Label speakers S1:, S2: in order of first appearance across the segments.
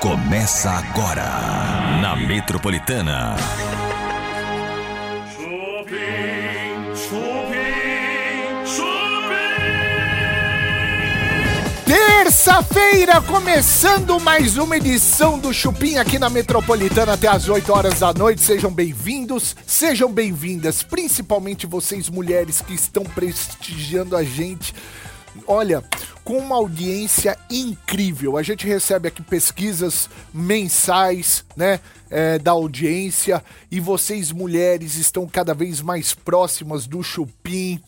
S1: Começa agora na Metropolitana.
S2: Chupim, chupim, chupim.
S3: Terça-feira, começando mais uma edição do Chupim aqui na Metropolitana até às 8 horas da noite. Sejam bem-vindos, sejam bem-vindas, principalmente vocês mulheres que estão prestigiando a gente. Olha, com uma audiência incrível. A gente recebe aqui pesquisas mensais, né, é, da audiência e vocês mulheres estão cada vez mais próximas do Chupim.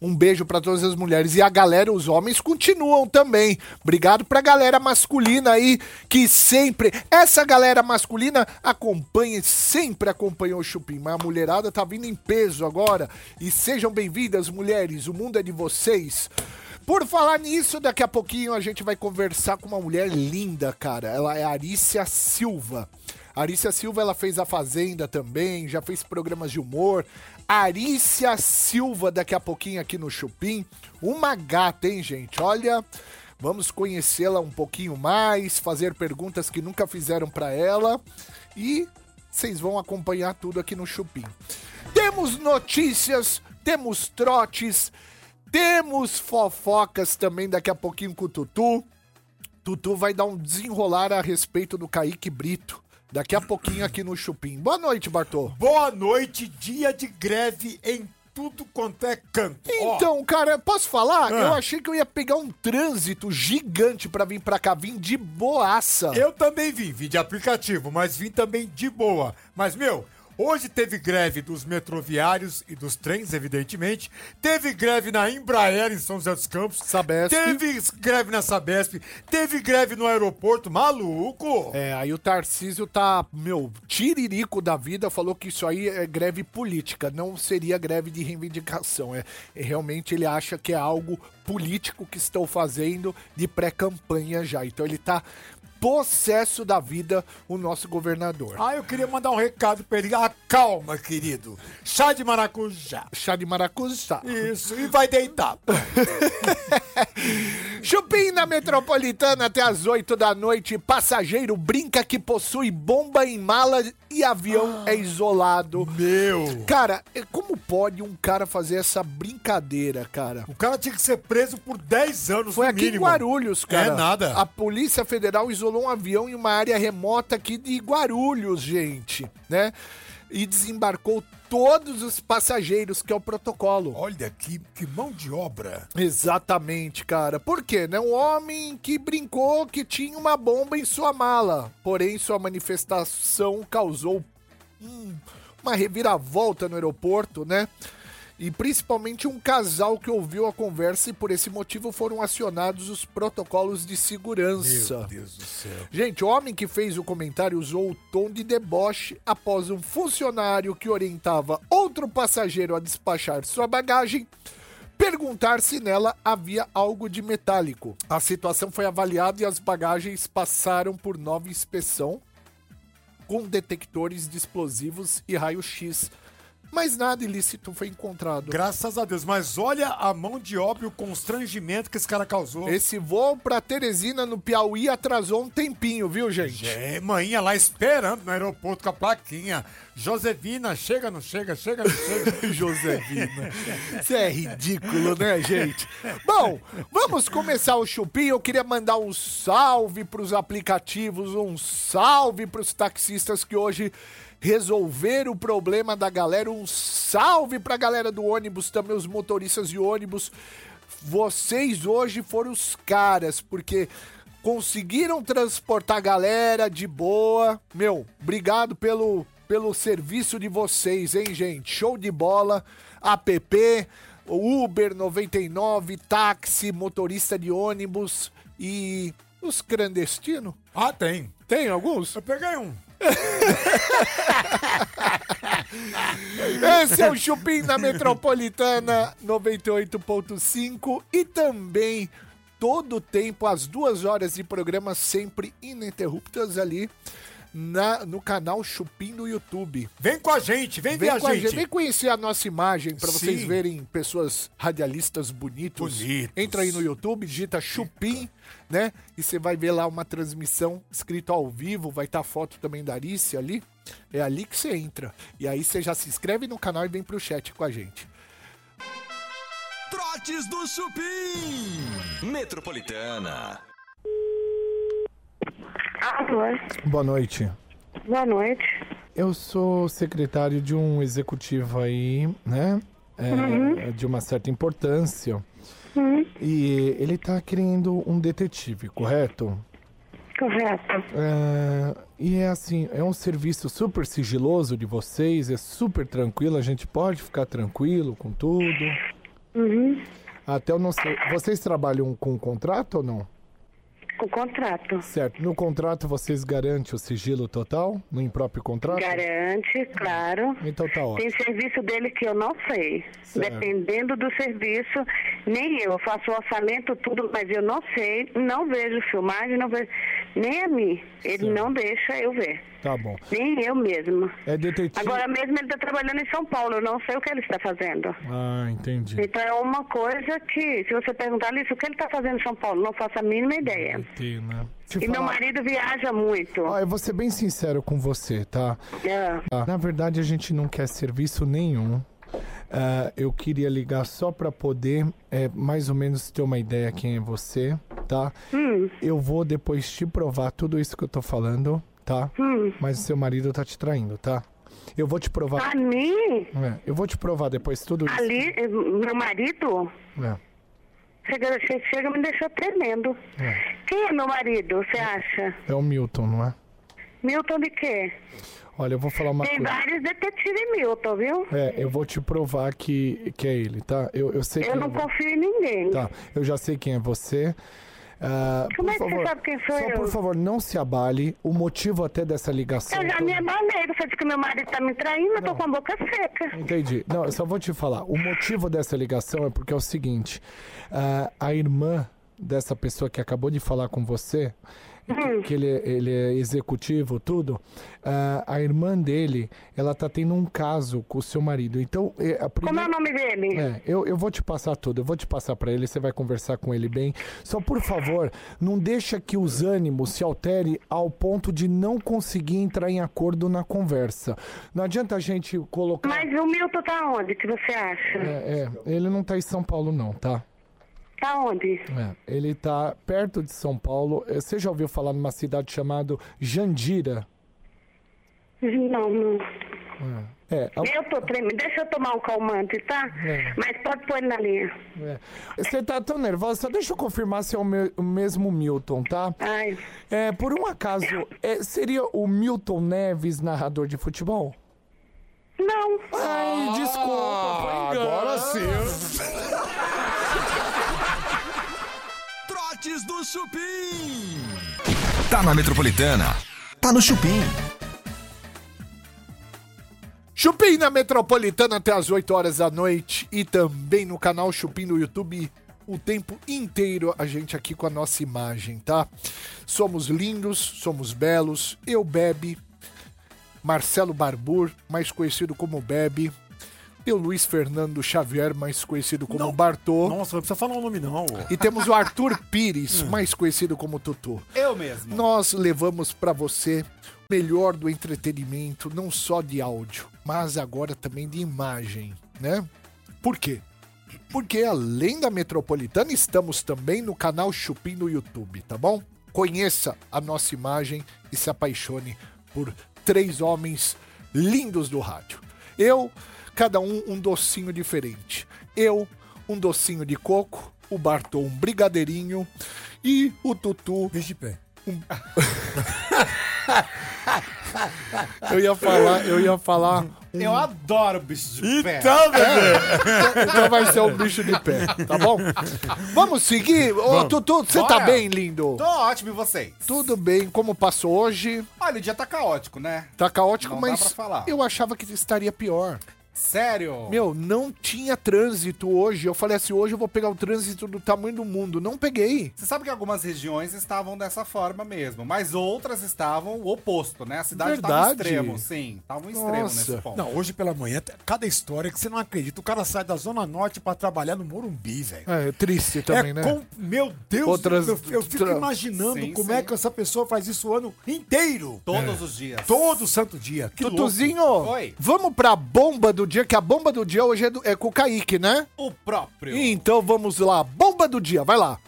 S3: Um beijo pra todas as mulheres. E a galera, os homens, continuam também. Obrigado pra galera masculina aí, que sempre. Essa galera masculina acompanha, sempre acompanhou o Chupim. Mas a mulherada tá vindo em peso agora. E sejam bem-vindas, mulheres. O mundo é de vocês. Por falar nisso, daqui a pouquinho a gente vai conversar com uma mulher linda, cara. Ela é Arícia Silva. Arícia Silva, ela fez A Fazenda também, já fez programas de humor. Arícia Silva, daqui a pouquinho aqui no Chupim. Uma gata, hein, gente? Olha, vamos conhecê-la um pouquinho mais, fazer perguntas que nunca fizeram pra ela. E vocês vão acompanhar tudo aqui no Chupim. Temos notícias, temos trotes, temos fofocas também daqui a pouquinho com o Tutu. Tutu vai dar um desenrolar a respeito do Kaique Brito. Daqui a pouquinho aqui no Chupim. Boa noite, Bartô.
S4: Boa noite, dia de greve em tudo quanto é canto. Ó,
S3: Então, cara, posso falar?
S4: Ah.
S3: Eu achei que eu ia pegar um trânsito gigante pra vir pra cá. Vim de boaça.
S4: eu também vim, vim de aplicativo, mas vim também de boa. Mas, meu, hoje teve greve dos metroviários e dos trens, evidentemente. Teve greve na Embraer, em São José dos Campos.
S3: Sabesp.
S4: Teve greve na Sabesp. Teve greve no aeroporto, maluco.
S3: É, aí o Tarcísio tá, meu, tiririco da vida, falou que isso aí é greve política, não seria greve de reivindicação. É, é, realmente ele acha que é algo político que estão fazendo de pré-campanha já. Então ele tá possesso da vida, o nosso governador.
S4: Ah, eu queria mandar um recado pra ele. Acalma, querido. Chá de maracujá.
S3: Chá de maracujá.
S4: Isso, e vai deitar.
S3: Chupim na Metropolitana até as 8 da noite. Passageiro brinca que possui bomba em mala e avião é isolado.
S4: Meu.
S3: Cara, é- como pode um cara fazer essa brincadeira, cara?
S4: O cara tinha que ser preso por 10 anos
S3: Foi
S4: no
S3: aqui em
S4: mínimo.
S3: Guarulhos, cara.
S4: É nada.
S3: A Polícia Federal isolou um avião em uma área remota aqui de Guarulhos, gente, né? E desembarcou todos os passageiros, que é o protocolo.
S4: Olha que, que mão de obra.
S3: Exatamente, cara. Por quê? Né? Um homem que brincou que tinha uma bomba em sua mala. Porém, sua manifestação causou hum, uma reviravolta no aeroporto, né? E principalmente um casal que ouviu a conversa e por esse motivo foram acionados os protocolos de segurança.
S4: Deus do céu.
S3: Gente, o homem que fez o comentário usou o tom de deboche após um funcionário que orientava outro passageiro a despachar sua bagagem perguntar se nela havia algo de metálico. A situação foi avaliada e as bagagens passaram por nova inspeção com detectores de explosivos e raio-x. Mas nada ilícito foi encontrado.
S4: Graças a Deus. Mas olha a mão de obra e o constrangimento que esse cara causou.
S3: Esse voo pra Teresina, no Piauí, atrasou um tempinho, viu, gente?
S4: É, manhinha lá esperando no aeroporto com a plaquinha. Josevina, chega, não chega, chega, não chega.
S3: Josevina. Isso é ridículo, né, gente? Bom, vamos começar o chupim. Eu queria mandar um salve pros aplicativos, um salve pros taxistas que hoje resolveram o problema da galera. Um salve pra galera do ônibus, também os motoristas de ônibus. Vocês hoje foram os caras, porque conseguiram transportar a galera de boa. Meu, obrigado pelo, pelo serviço de vocês, hein, gente? Show de bola. App, Uber 99, táxi, motorista de ônibus e os clandestinos.
S4: ah, tem.
S3: Tem alguns?
S4: Eu peguei um.
S3: Esse é o Chupim na Metropolitana 98.5 e também todo o tempo, as duas horas de programa sempre ininterruptas ali na- no canal Chupim no YouTube.
S4: Vem com a gente, vem, ver
S3: Vem,
S4: a
S3: com a
S4: gente.
S3: gente, vem conhecer a nossa imagem pra vocês
S4: Sim.
S3: verem pessoas radialistas bonitos.
S4: Bonitos.
S3: Entra aí no YouTube, digita Chupim, né? E você vai ver lá uma transmissão escrito ao vivo, vai estar a foto também da Arice ali. É ali que você entra. E aí você já se inscreve no canal e vem pro chat com a gente.
S1: Trotes do Chupim. Metropolitana.
S5: Alô,
S6: Boa noite.
S5: boa noite.
S6: Eu sou secretário de um executivo aí, né? É, De uma certa importância. E ele tá querendo um detetive, correto?
S5: Correto.
S6: É, e é assim, é um serviço super sigiloso de vocês, é super tranquilo, a gente pode ficar tranquilo com tudo.
S5: Uhum.
S6: Até eu não sei. Vocês trabalham com contrato ou não?
S5: Com contrato.
S6: Certo. No contrato vocês garantem o sigilo total? No impróprio contrato?
S5: Garante, claro.
S6: Então tá ótimo.
S5: Tem serviço dele que eu não sei.
S6: Certo.
S5: Dependendo do serviço, nem eu. Eu faço orçamento, tudo, mas eu não sei, não vejo filmagem, não vejo. Nem a mim. Ele
S6: Certo.
S5: não deixa eu ver.
S6: Tá bom.
S5: Nem eu mesma.
S6: É detetive.
S5: Agora mesmo ele está trabalhando em São Paulo, eu não sei o que ele está fazendo.
S6: Ah, entendi.
S5: Então é uma coisa que, se você perguntar nisso, o que ele está fazendo em São Paulo, não faço a mínima ideia.
S6: Entendi, né? Te
S5: E meu
S6: falar-
S5: marido viaja muito.
S6: Ó, eu vou ser bem sincero com você, tá?
S5: É.
S6: Ah, Na verdade, a gente não quer serviço nenhum. Ah, eu queria ligar só pra poder é, mais ou menos ter uma ideia quem é você, tá?
S5: Hum.
S6: Eu vou depois te provar tudo isso que eu tô falando, tá?
S5: Hum.
S6: Mas o seu marido tá te traindo, tá? Eu vou te provar.
S5: Pra mim,
S6: É, eu vou te provar depois tudo isso.
S5: Ah. ali, eh, meu marido
S6: É.
S5: chega, che- chega e me deixou tremendo.
S6: É.
S5: Quem é meu marido, você acha?
S6: É o Milton, não é?
S5: Milton de quê?
S6: Olha, eu vou falar uma
S5: Tem
S6: coisa.
S5: vários detetives Milton, viu?
S6: É, eu vou te provar que, que é ele, tá? Eu, eu sei
S5: Eu
S6: quem
S5: não
S6: é vo-
S5: confio em ninguém.
S6: Tá, eu já sei quem é você. Ah,
S5: Como
S6: por
S5: é que você
S6: favor,
S5: sabe quem sou
S6: só
S5: eu?
S6: por favor, não se abale. O motivo até dessa ligação.
S5: Eu já
S6: toda-
S5: me abanei, você disse que meu marido tá me traindo, eu tô com a boca seca.
S6: Entendi. Não, eu só vou te falar. O motivo dessa ligação é porque é o seguinte: ah, a irmã dessa pessoa que acabou de falar com você,
S5: Uhum.
S6: que- que ele, é- ele é executivo, tudo, ah, a irmã dele, ela tá tendo um caso com o seu marido. Então, eh, a
S5: Como
S6: primeira...
S5: é o nome dele?
S6: É, eu, eu vou te passar tudo, eu vou te passar pra ele, você vai conversar com ele bem. Só por favor, não deixa que os ânimos se alterem ao ponto de não conseguir entrar em acordo na conversa. Não adianta a gente colocar.
S5: Mas o Milton tá onde, que você acha?
S6: É, é, ele não tá em São Paulo, não, tá?
S5: Tá onde?
S6: É, ele tá perto de São Paulo. Eh, Você já ouviu falar numa cidade chamada Jandira?
S5: Não, não.
S6: É, a-
S5: Eu tô tremendo. Deixa eu tomar um calmante, tá?
S6: É.
S5: Mas pode pôr ele na linha.
S6: é. você tá tão nervosa, só deixa eu confirmar se é o, me- o mesmo Milton, tá?
S5: Ai.
S6: É, por um acaso, é, seria o Milton Neves narrador de futebol?
S5: Não.
S6: Ai,
S3: Ah,
S6: desculpa, foi um engano.
S4: Agora sim.
S1: Trotes do Chupim. Tá na Metropolitana. Tá no Chupim.
S3: Chupim na Metropolitana até as 8 horas da noite e também no canal Chupim no YouTube o tempo inteiro a gente aqui com a nossa imagem, tá? Somos lindos, somos belos, eu Bebe, Marcelo Barbur, mais conhecido como Bebe, tem o Luiz Fernando Xavier, mais conhecido como
S4: Não.
S3: Bartô,
S4: Nossa, não Hum. precisa falar o nome, não. ô.
S3: e temos o Arthur Pires, mais conhecido como Tutu.
S4: Eu mesmo.
S3: Nós levamos pra você o melhor do entretenimento, não só de áudio, mas agora também de imagem, né? Por quê? Porque além da Metropolitana, estamos também no canal Chupim no YouTube, tá bom? Conheça a nossa imagem e se apaixone por três homens lindos do rádio. Eu, cada um um docinho diferente. Eu, um docinho de coco, o Bartô um brigadeirinho e o Tutu
S4: Bicho de pé.
S3: Eu ia falar, eu ia falar.
S7: Eu adoro bicho de pé.
S4: Então,
S3: É.
S4: bebê.
S3: Então vai ser um bicho de pé, tá bom? Vamos seguir? Ô, Tutu, você tá
S7: Bora.
S3: bem, lindo?
S7: Tô ótimo, e vocês?
S3: Tudo bem, como passou hoje?
S7: Olha, o dia tá caótico, né?
S3: Tá caótico,
S7: Não dá
S3: mas
S7: pra falar.
S3: eu achava que estaria pior.
S7: Sério?
S3: Meu, não tinha trânsito hoje. Eu falei assim, hoje eu vou pegar o trânsito do tamanho do mundo. Não peguei.
S7: Você sabe que algumas regiões estavam dessa forma mesmo, mas outras estavam o oposto, né? A cidade estava
S3: Verdade.
S7: extremo, sim. Tava um extremo nesse
S3: Nossa.
S7: ponto.
S4: Não, hoje pela manhã, tem cada história que você não acredita. O cara sai da Zona Norte pra trabalhar no Morumbi, velho.
S3: É, triste também,
S4: é
S3: né?
S4: com... Meu Deus,
S3: Outras-
S4: eu, eu fico
S3: tra-
S4: imaginando
S7: Sim,
S4: como
S7: sim.
S4: é que essa pessoa faz isso o ano inteiro.
S7: Todos os dias.
S4: Todo santo dia. Que louco.
S3: Tutuzinho,
S7: Oi.
S3: vamos pra bomba do dia, que a bomba do dia hoje é, do- é com o Kaique, né?
S7: O próprio.
S3: Então vamos lá, bomba do dia, vai lá.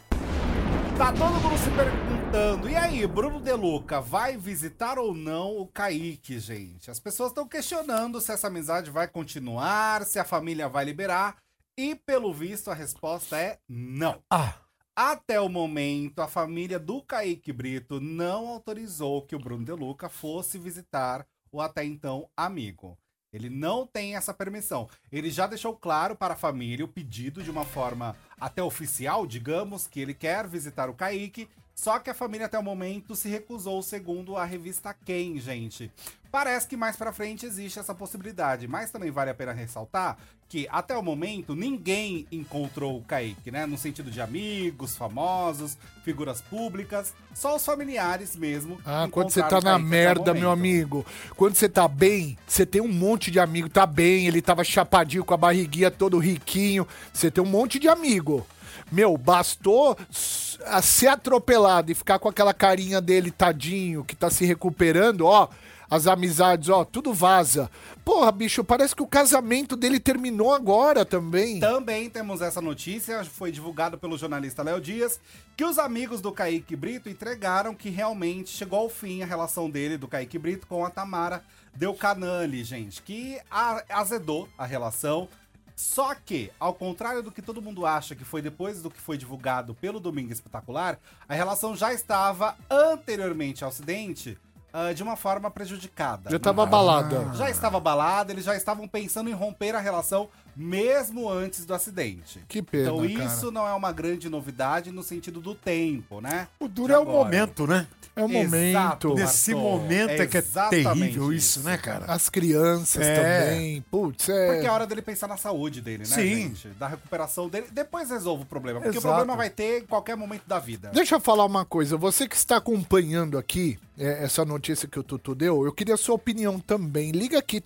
S7: Tá todo mundo se perguntando, e aí, Bruno Deluca vai visitar ou não o Kaique, gente? As pessoas estão questionando se essa amizade vai continuar, se a família vai liberar, e pelo visto a resposta é não.
S4: Ah.
S7: Até o momento, a família do Kaique Brito não autorizou que o Bruno Deluca fosse visitar o até então amigo. Ele não tem essa permissão. Ele já deixou claro para a família o pedido de uma forma até oficial, digamos, que ele quer visitar o Kaique. Só que a família até o momento se recusou, segundo a revista Quem, gente. Parece que mais pra frente existe essa possibilidade, mas também vale a pena ressaltar que até o momento ninguém encontrou o Kaique, né? No sentido de amigos, famosos, figuras públicas, só os familiares mesmo.
S3: Ah,
S7: encontraram
S3: quando você
S7: o
S3: tá
S7: Kaique até
S3: na
S7: o
S3: merda, meu
S7: momento.
S3: amigo. Quando você tá bem, você tem um monte de amigo. Tá bem, ele tava chapadinho com a barriguinha todo riquinho. Você tem um monte de amigo. Meu, bastou s- a ser atropelado e ficar com aquela carinha dele tadinho, que tá se recuperando, ó. As amizades, ó, tudo vaza. Porra, bicho, parece que o casamento dele terminou agora também.
S7: Também temos essa notícia, foi divulgado pelo jornalista Léo Dias, que os amigos do Kaique Brito entregaram que realmente chegou ao fim a relação dele, do Kaique Brito, com a Tamara Del Canali, gente, que a- azedou a relação. Só que, ao contrário do que todo mundo acha que foi depois do que foi divulgado pelo Domingo Espetacular, a relação já estava anteriormente ao acidente ah, de uma forma prejudicada.
S3: Já tava abalada.
S4: Ah.
S7: Já estava abalada, eles já estavam pensando em romper a relação mesmo antes do acidente.
S3: Que pena,
S7: Então
S3: cara.
S7: isso não é uma grande novidade no sentido do tempo, né?
S4: O
S7: De
S4: duro é o
S7: agora.
S4: momento, né?
S3: É um
S7: Exato.
S3: momento.
S4: Nesse
S7: Marcou.
S4: momento é que é
S7: Exatamente
S4: terrível
S7: isso.
S4: isso, né, cara?
S3: As crianças
S4: É.
S3: também. Putz, é.
S7: Porque é hora dele pensar na saúde dele, né,
S4: Sim.
S7: gente? Da recuperação dele. Depois resolve o problema. Porque
S4: Exato.
S7: o problema vai ter em qualquer momento da vida.
S3: Deixa eu falar uma coisa. Você que está acompanhando aqui é, essa notícia que o Tutu deu, eu queria a sua opinião também. Liga aqui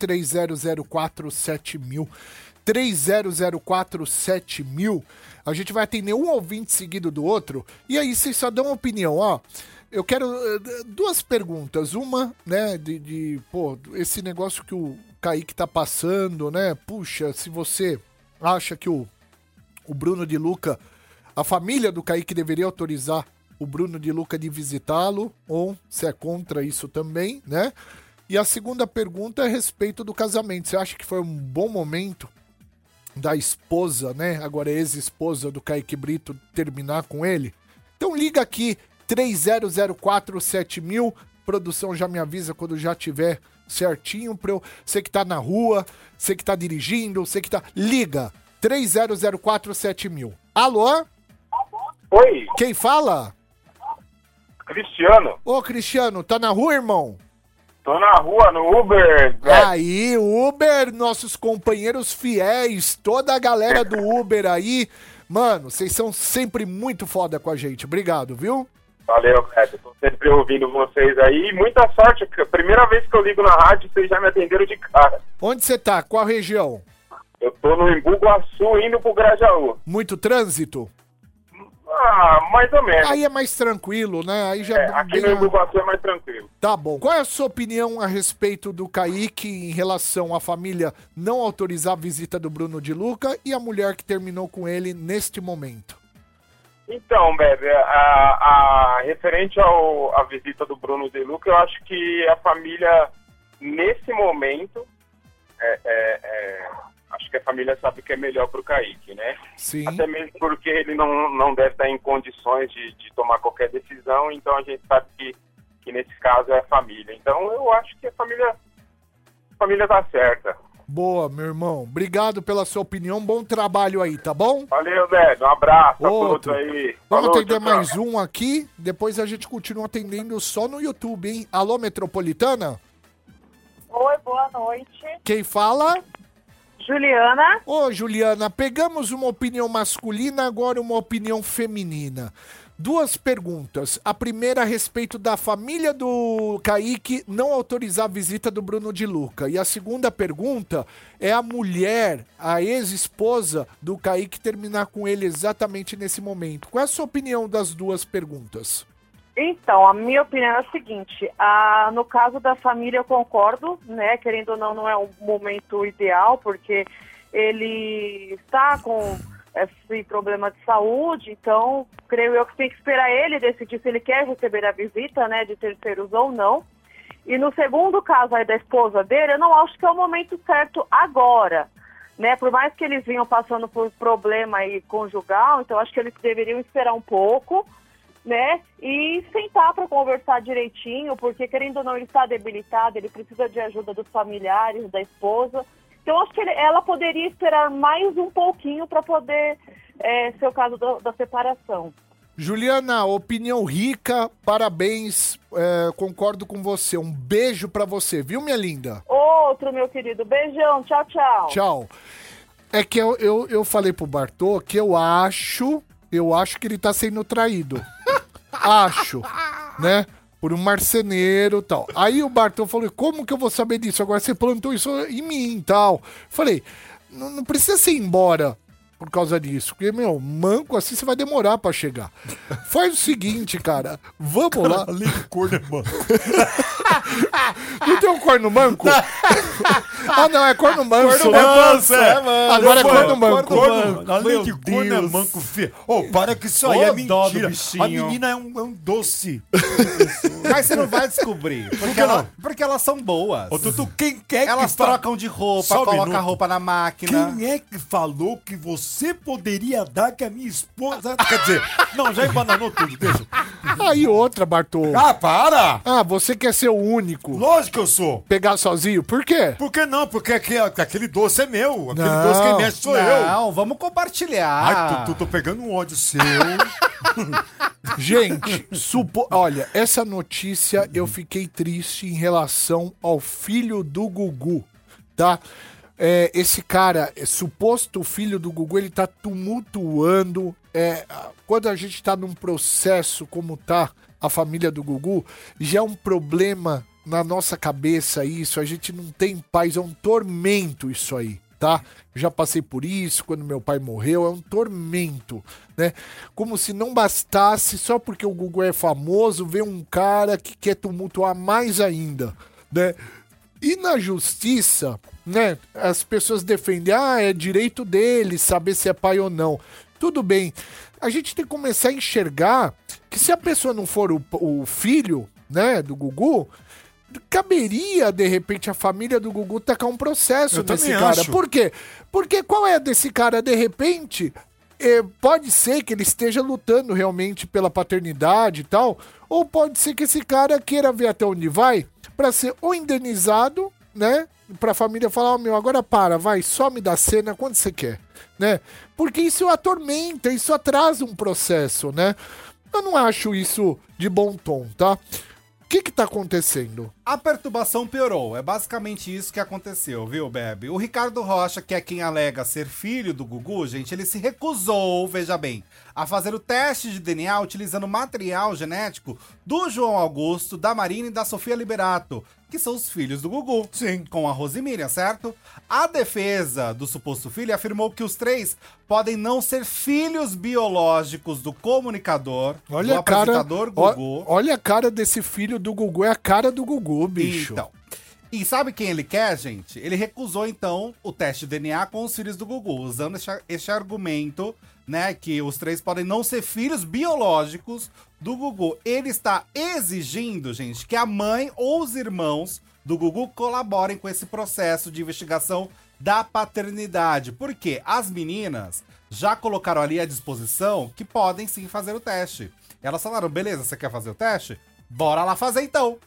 S3: 30047000. 30047000. A gente vai atender um ouvinte seguido do outro. E aí vocês só dão uma opinião, ó. Eu quero eh, d- duas perguntas. Uma, né, de, de pô, esse negócio que o Kaique tá passando, né? Puxa, se você acha que o o Bruno de Luca, a família do Kaique deveria autorizar o Bruno de Luca de visitá-lo, ou se é contra isso também, né? E a segunda pergunta é a respeito do casamento. Você acha que foi um bom momento da esposa, né? Agora ex-esposa do Kaique Brito terminar com ele? Então liga aqui, 30047000. Produção já me avisa quando já tiver certinho pra eu. Você que tá na rua, você que tá dirigindo, você que tá. Liga! 30047000. Alô?
S8: Oi,
S3: Quem fala?
S8: Cristiano.
S3: Ô, Cristiano, tá na rua, irmão?
S8: Tô na rua, no Uber.
S7: Ah.
S8: né?
S3: Aí, Uber, nossos companheiros fiéis, toda a galera do Uber aí. Mano, vocês são sempre muito foda com a gente. Obrigado, viu?
S8: É, Valeu, Kleber. Tô sempre ouvindo vocês aí. E Muita sorte. que a Primeira vez que eu ligo na rádio, vocês já me atenderam de cara.
S3: Onde você tá? Qual região?
S8: Eu tô no Embu Guaçu indo pro Grajaú.
S3: Muito trânsito?
S8: Ah, mais ou menos.
S3: Aí é mais tranquilo, né? Aí já.
S8: É, aqui
S3: bem-
S8: no Embu Guaçu é mais tranquilo.
S3: Tá bom. Qual é a sua opinião a respeito do Kaique em relação à família não autorizar a visita do Bruno de Luca e a mulher que terminou com ele neste momento?
S8: Então, Bebe, a, a- referente ao, à visita do Bruno De Luca, eu acho que a família, nesse momento, é- é- é, acho que a família sabe o que é melhor pro Kaique, né?
S3: Sim.
S8: Até mesmo porque ele não, não deve estar em condições de, de tomar qualquer decisão, então a gente sabe que, que nesse caso é a família. Então eu acho que a família, a família tá certa.
S3: Boa, meu irmão. Obrigado pela sua opinião. Bom trabalho aí, tá bom?
S8: Valeu, velho. Um abraço
S3: Outro.
S8: a todos aí.
S3: Vamos
S8: Falou,
S3: atender
S8: tchau, tchau.
S3: mais um aqui. Depois a gente continua atendendo só no YouTube, hein? Alô, Metropolitana?
S9: Oi, boa noite.
S3: Quem fala?
S9: Juliana.
S3: Ô, Juliana, pegamos uma opinião masculina, agora uma opinião feminina. Duas perguntas. A primeira a respeito da família do Kaique não autorizar a visita do Bruno de Luca. E a segunda pergunta é a mulher, a ex-esposa do Kaique terminar com ele exatamente nesse momento. Qual é a sua opinião das duas perguntas?
S9: Então, a minha opinião é a seguinte: a, no caso da família, eu concordo, né? Querendo ou não, não é um momento ideal, porque ele está com esse problema de saúde, então creio eu que tem que esperar ele decidir se ele quer receber a visita, né, de terceiros ou não. E no segundo caso aí da esposa dele, eu não acho que é o momento certo agora, né? Por mais que eles vinham passando por problema aí conjugal, então acho que eles deveriam esperar um pouco né? E sentar para conversar direitinho, porque querendo ou não, ele está debilitado, ele precisa de ajuda dos familiares, da esposa. Então, acho que ele- ela poderia esperar mais um pouquinho para poder é, ser o caso do- da separação.
S3: Juliana, opinião rica, parabéns, é, concordo com você. Um beijo pra você, viu, minha linda?
S9: Outro, meu querido. Beijão, tchau, tchau.
S3: Tchau. É que eu, eu, eu falei pro Bartô que eu acho, eu acho que ele tá sendo traído. acho, né? Por um marceneiro e tal. Aí o Bartô falou, como que eu vou saber disso? Agora você plantou isso em mim e tal. Falei, não não precisa ser embora por causa disso. Porque, meu, manco assim você vai demorar pra chegar. Faz o seguinte, cara. Vamos lá. Não tem um corno manco? ah, não, é corno manso.
S4: Corno
S3: né?
S4: manso, é.
S3: Agora é
S4: Mano,
S3: corno manco.
S4: Corno,
S7: Meu
S4: além de corno é
S7: Deus.
S4: manco, filho. Ô, para que isso
S7: Ô,
S4: aí é
S7: dó do
S4: mentira.
S7: bichinho.
S4: A menina é um, é um doce.
S7: Mas você não vai descobrir. Porque,
S4: que
S7: ela-
S4: não?
S7: porque elas são boas.
S4: Ô, Tutu, quem quer
S7: Elas
S4: que fa-
S7: trocam de roupa,
S4: Só um
S7: colocam a
S4: minuto.
S7: roupa na máquina.
S4: Quem é que falou que você poderia dar que a minha esposa... Ah, Quer dizer, não, já embananou tudo, deixa.
S3: Aí outra, Bartô.
S4: Ah, para!
S3: Ah, você quer ser o único?
S4: Lógico que eu sou.
S3: Pegar sozinho? Por quê?
S4: Por que não? Porque aque- aquele doce é meu. Aquele
S3: Não.
S4: doce quem mexe sou eu.
S7: Não, Ah. vamos compartilhar.
S4: Ai, Tutu, tô pegando um ódio seu.
S3: Gente, supo... olha, essa notícia eu fiquei triste em relação ao filho do Gugu, tá? É, esse cara, é, suposto filho do Gugu, ele tá tumultuando. é, a- quando a gente tá num processo como tá a família do Gugu, já é um problema na nossa cabeça isso, a gente não tem paz, é um tormento isso aí, tá? Já passei por isso quando meu pai morreu, é um tormento, né? Como se não bastasse, só porque o Gugu é famoso, vem um cara que quer tumultuar mais ainda, né? E na justiça, né? As pessoas defendem, ah, é direito dele saber se é pai ou não. Tudo bem. A gente tem que começar a enxergar que se a pessoa não for o, o filho, né, do Gugu, caberia, de repente, a família do Gugu tacar um processo
S4: Eu
S3: nesse
S4: também
S3: cara.
S4: acho.
S3: Por quê? Porque qual é a desse cara, de repente, eh, pode ser que ele esteja lutando realmente pela paternidade e tal, ou pode ser que esse cara queira ver até onde vai pra ser ou indenizado, né? Pra família falar, ó meu, agora para, vai, só me dá cena quando você quer, né? Porque isso atormenta, isso atrasa um processo, né? Eu não acho isso de bom tom, tá? O que que tá acontecendo?
S7: A perturbação piorou. É basicamente isso que aconteceu, viu, Bebe? O Ricardo Rocha, que é quem alega ser filho do Gugu, gente, ele se recusou, veja bem, a fazer o teste de DNA utilizando material genético do João Augusto, da Marina e da Sofia Liberato, que são os filhos do Gugu. Sim. Com a Rosemília, certo? A defesa do suposto filho afirmou que os três podem não ser filhos biológicos do comunicador,
S3: Olha
S7: do
S3: a cara.
S7: apresentador
S3: ó-
S7: Gugu.
S3: olha a cara desse filho do Gugu, é a cara do Gugu, bicho.
S7: Então. E sabe quem ele quer, gente? Ele recusou, então, o teste de DNA com os filhos do Gugu, usando esse, esse argumento, né? Que os três podem não ser filhos biológicos do Gugu. Ele está exigindo, gente, que a mãe ou os irmãos do Gugu colaborem com esse processo de investigação da paternidade. Porque as meninas já colocaram ali à disposição que podem sim fazer o teste. Elas falaram: beleza, você quer fazer o teste? Bora lá fazer então.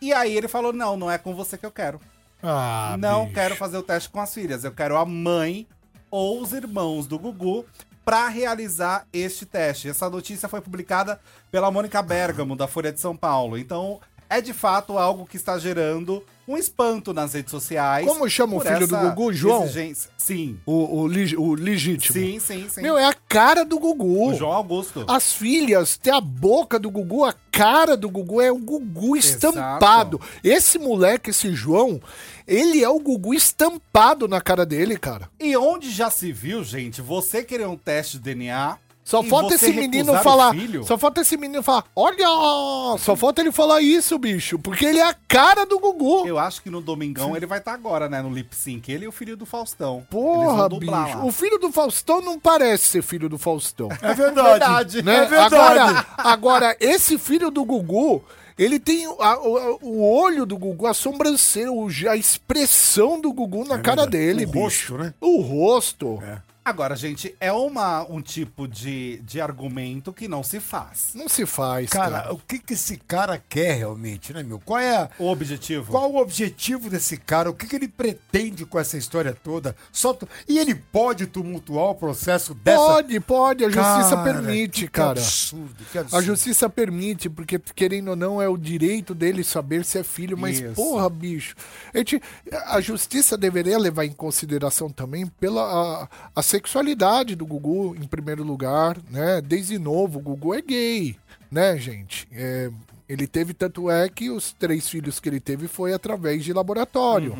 S7: E aí ele falou: não, não é com você que eu quero.
S4: Ah,
S7: não
S4: bicho.
S7: quero fazer o teste com as filhas. Eu quero a mãe ou os irmãos do Gugu pra realizar este teste. Essa notícia foi publicada pela Mônica Bergamo, da Folha de São Paulo. Então. é de fato algo que está gerando um espanto nas redes sociais.
S3: Como chama o
S7: por
S3: filho do
S7: essa
S3: Gugu, João?
S7: exigência- Sim.
S3: O, o, leg- o legítimo.
S7: Sim, sim, sim.
S3: Meu, é a cara do Gugu.
S7: O João Augusto.
S3: As filhas têm a boca do Gugu, a cara do Gugu é o Gugu
S7: Exato.
S3: estampado. Esse moleque, esse João, ele é o Gugu estampado na cara dele, cara.
S7: E onde já se viu, gente, você querer um teste de DNA.
S3: Só
S7: e
S3: falta
S7: você
S3: esse menino
S7: recusar o
S3: falar.
S7: filho?
S3: Só falta esse menino falar. Olha! Só falta ele falar isso, bicho. Porque ele é a cara do Gugu.
S7: Eu acho que no Domingão ele vai estar agora, né? No lip sync. Ele e o filho do Faustão. Eles
S3: Porra,
S7: vão
S3: bicho.
S7: dublar lá.
S3: O filho do Faustão não parece ser filho do Faustão.
S4: É verdade.
S3: né?
S4: É verdade.
S3: Agora, agora, esse filho do Gugu, ele tem a- o, o olho do Gugu, a sobrancelha, o- a expressão do Gugu na cara dele,
S4: É o
S3: bicho.
S4: rosto, né? É.
S3: O rosto.
S7: Agora, gente, é uma, um tipo de, de argumento que não se faz.
S3: Não se faz, cara.
S4: Cara, o que, que esse cara quer realmente, né, meu? Qual é a-
S7: O objetivo.
S4: Qual o objetivo desse cara? O que, que ele pretende com essa história toda? Só tu- E ele pode tumultuar o processo dessa...
S3: Pode, pode, a justiça
S4: Cara,
S3: permite,
S4: que
S3: cara.
S4: absurdo, que
S3: A
S4: absurdo.
S3: justiça permite, porque querendo ou não é o direito dele saber se é filho, mas
S7: Isso.
S3: porra, bicho. A gente- a justiça deveria levar em consideração também pela a, a sexualidade do Gugu em primeiro lugar, né? Desde novo, o Gugu é gay, né, gente? É, ele teve tanto é que os três filhos que ele teve foi através de laboratório,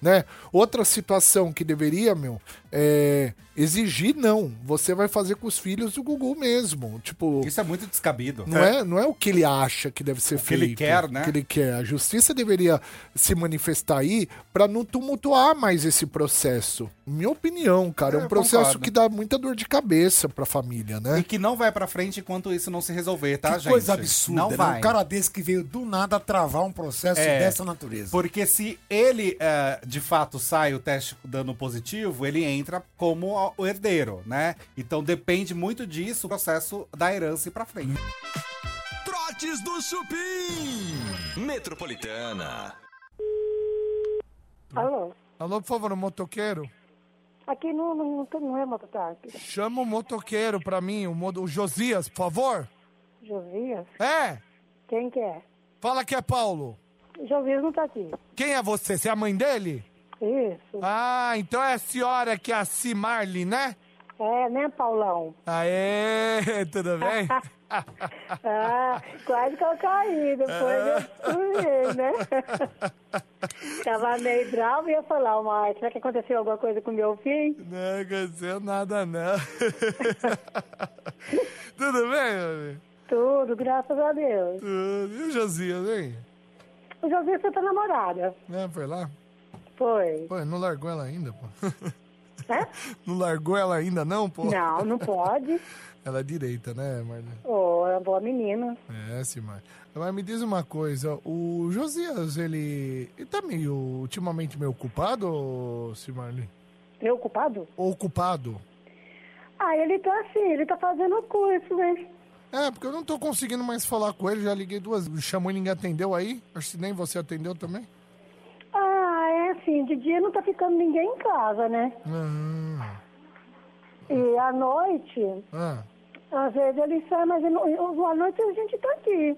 S3: né? Outra situação que deveria, meu, é exigir não. Você vai fazer com os filhos do Gugu mesmo, tipo
S7: Isso é muito descabido.
S3: não é. não é o que ele acha que deve ser
S7: que
S3: feito.
S7: ele quer, né?
S3: O que ele quer. A justiça deveria se manifestar aí pra não tumultuar mais esse processo. Minha opinião, cara, é, um
S7: eu
S3: processo
S7: concordo.
S3: que dá muita dor de cabeça pra família, né?
S7: E que não vai pra frente enquanto isso não se resolver, tá,
S4: que
S7: gente?
S4: coisa absurda,
S7: Não
S4: né?
S7: vai.
S4: Um cara desse que veio do nada travar um processo
S7: É.
S4: dessa natureza.
S7: Porque se ele, eh, de fato, sai o teste dando positivo, ele entra como a- o herdeiro, né? Então depende muito disso o processo da herança ir pra frente.
S1: Trotes do Chupim. Metropolitana.
S2: Alô?
S3: Alô, por favor, o motoqueiro?
S2: Aqui não, não, não, tem- não é mototáxi.
S3: Chama o motoqueiro pra mim, o, Josias, por favor.
S2: Josias?
S3: É,
S2: Quem que é?
S3: fala que é Paulo.
S2: Josias não tá aqui.
S3: Quem é você? Você é a mãe dele?
S2: Isso.
S3: Ah, então é a senhora que é a Cimarli, né?
S2: É, né, Paulão?
S3: Aê, tudo bem?
S2: Ah, quase que eu caí, depois eu fui, né? Tava meio bravo e ia falar, mas será que aconteceu alguma coisa com meu filho?
S6: Não aconteceu nada, não. Tudo bem, meu amigo?
S2: Tudo, graças a Deus.
S6: Tudo. E o Josias, hein?
S2: O Josias foi tua namorada,
S6: Né, foi lá?
S2: foi?
S6: Pô, não largou ela ainda, pô.
S2: Hã?
S6: Não largou ela ainda, não, pô?
S2: Não, não pode.
S6: Ela é direita, né, Marlene?
S2: Ô, é uma boa menina.
S6: É, Simar. Mas me diz uma coisa, o Josias, ele, ele tá meio, ultimamente meio ocupado, Simarli?
S2: Preocupado?
S6: Ocupado?
S2: Ah, ele tá assim, ele tá fazendo o curso, né?
S6: É, porque eu não tô conseguindo mais falar com ele, já liguei duas, chamou e ninguém atendeu aí, acho que nem você atendeu também.
S2: Ah, é assim, de dia não tá ficando ninguém em casa, né?
S6: Ah,
S2: E à noite,
S6: ah.
S2: às vezes ele sai, mas ele não- à noite a gente tá aqui.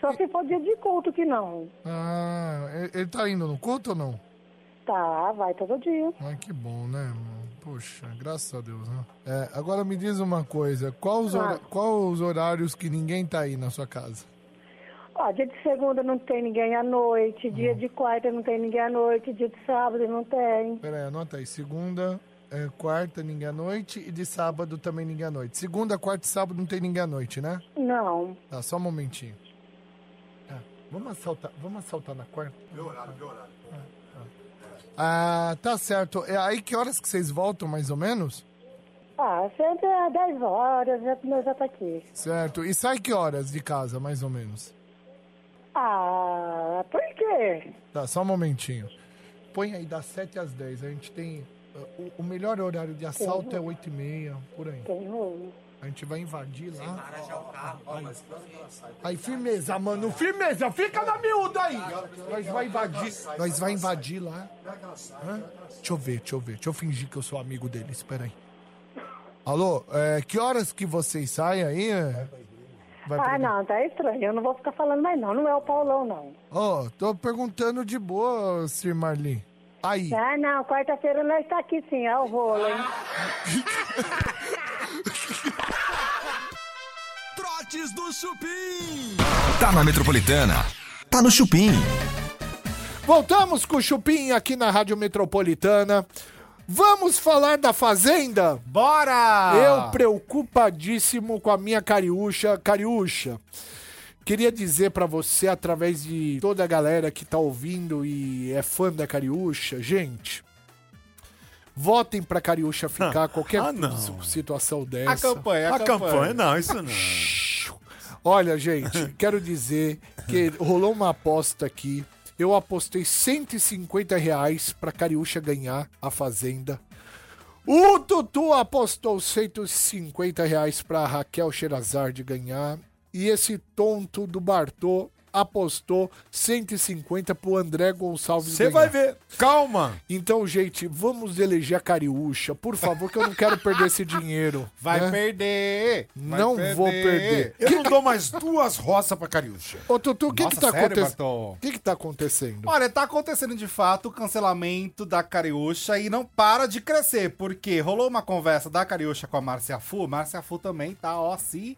S2: Só se for dia de culto que não.
S6: Ah, ele- ele tá indo no culto ou não?
S2: Tá, vai todo dia.
S6: Ah, que bom, né? irmão? Poxa, graças a Deus, né? É, agora me diz uma coisa, qual os, hora-
S2: Ah.
S6: qual os horários que ninguém tá aí na sua casa?
S2: Ó, dia de segunda não tem ninguém à noite, dia de quarta não tem ninguém à noite, dia de sábado não tem.
S6: Pera aí, anota aí. Segunda, é, quarta, ninguém à noite. E de sábado também ninguém à noite. Segunda, quarta e sábado não tem ninguém à noite, né?
S2: Não.
S6: Tá, só um momentinho. Tá, vamos assaltar, vamos assaltar na quarta? Meu horário, meu horário. Ah, tá certo. É aí que horas que vocês voltam, mais ou menos?
S2: Ah, sempre é 10 horas, já, nós já tá aqui.
S6: Certo. E sai que horas de casa, mais ou menos?
S2: Ah, por quê?
S6: Tá, só um momentinho. Põe aí das 7 às 10. A gente tem. uh, O, o melhor horário de assalto é 8 e meia, por aí.
S2: Tem
S5: um-
S2: rolo.
S6: A gente vai invadir lá. Aí firmeza, mano, firmeza, fica na miúda aí. Nós vai invadir, nós vai invadir lá. Hã? Deixa eu ver, deixa eu ver, deixa eu fingir que eu sou amigo dele, espera aí. Alô, é, que horas que vocês saem aí? é? Vai
S5: Ah,
S6: perguntar.
S5: não, tá estranho. Eu não vou ficar falando mais, não. Não é o Paulão, não.
S6: Ó, tô perguntando de boa, Sir Marli. Aí.
S5: Ah, não. Quarta-feira nós tá aqui sim. É o rolo, hein?
S1: Trotes do Chupim. Tá na Metropolitana. Tá no Chupim.
S3: Voltamos com o Chupim aqui na Rádio Metropolitana. Vamos falar da Fazenda?
S7: Bora!
S3: Eu preocupadíssimo com a minha cariúcha. Cariúcha, queria dizer pra você, através de toda a galera que tá ouvindo e é fã da cariúcha, gente. Votem pra Cariúcha ficar qualquer
S4: Ah, não.
S3: situação
S7: É A
S3: dessa.
S7: campanha,
S4: A campanha, não, isso não.
S3: Olha, gente, quero dizer que rolou uma aposta aqui. Eu apostei 150 reais pra Cariúcha ganhar a Fazenda. O Tutu apostou 150 reais pra Raquel Xerazard ganhar. E esse tonto do Bartô apostou 150 pro André Gonçalves
S4: Você
S3: ganhar.
S4: vai ver. Calma.
S3: Então, gente, vamos eleger a Cariúcha, por favor, que eu não quero perder esse dinheiro.
S7: Vai
S3: né?
S7: perder! vai
S3: Não vou perder.
S4: Eu não dou mais duas roças pra Cariúcha.
S3: Ô, Tutu, o que
S7: Nossa,
S3: que tá
S7: sério,
S3: acontecendo?
S7: Bartô?
S3: O que que tá acontecendo?
S7: Olha, tá acontecendo de fato o cancelamento da Cariúcha e não para de crescer, porque rolou uma conversa da Cariúcha com a Márcia Fu, Márcia Fu também tá, ó, se,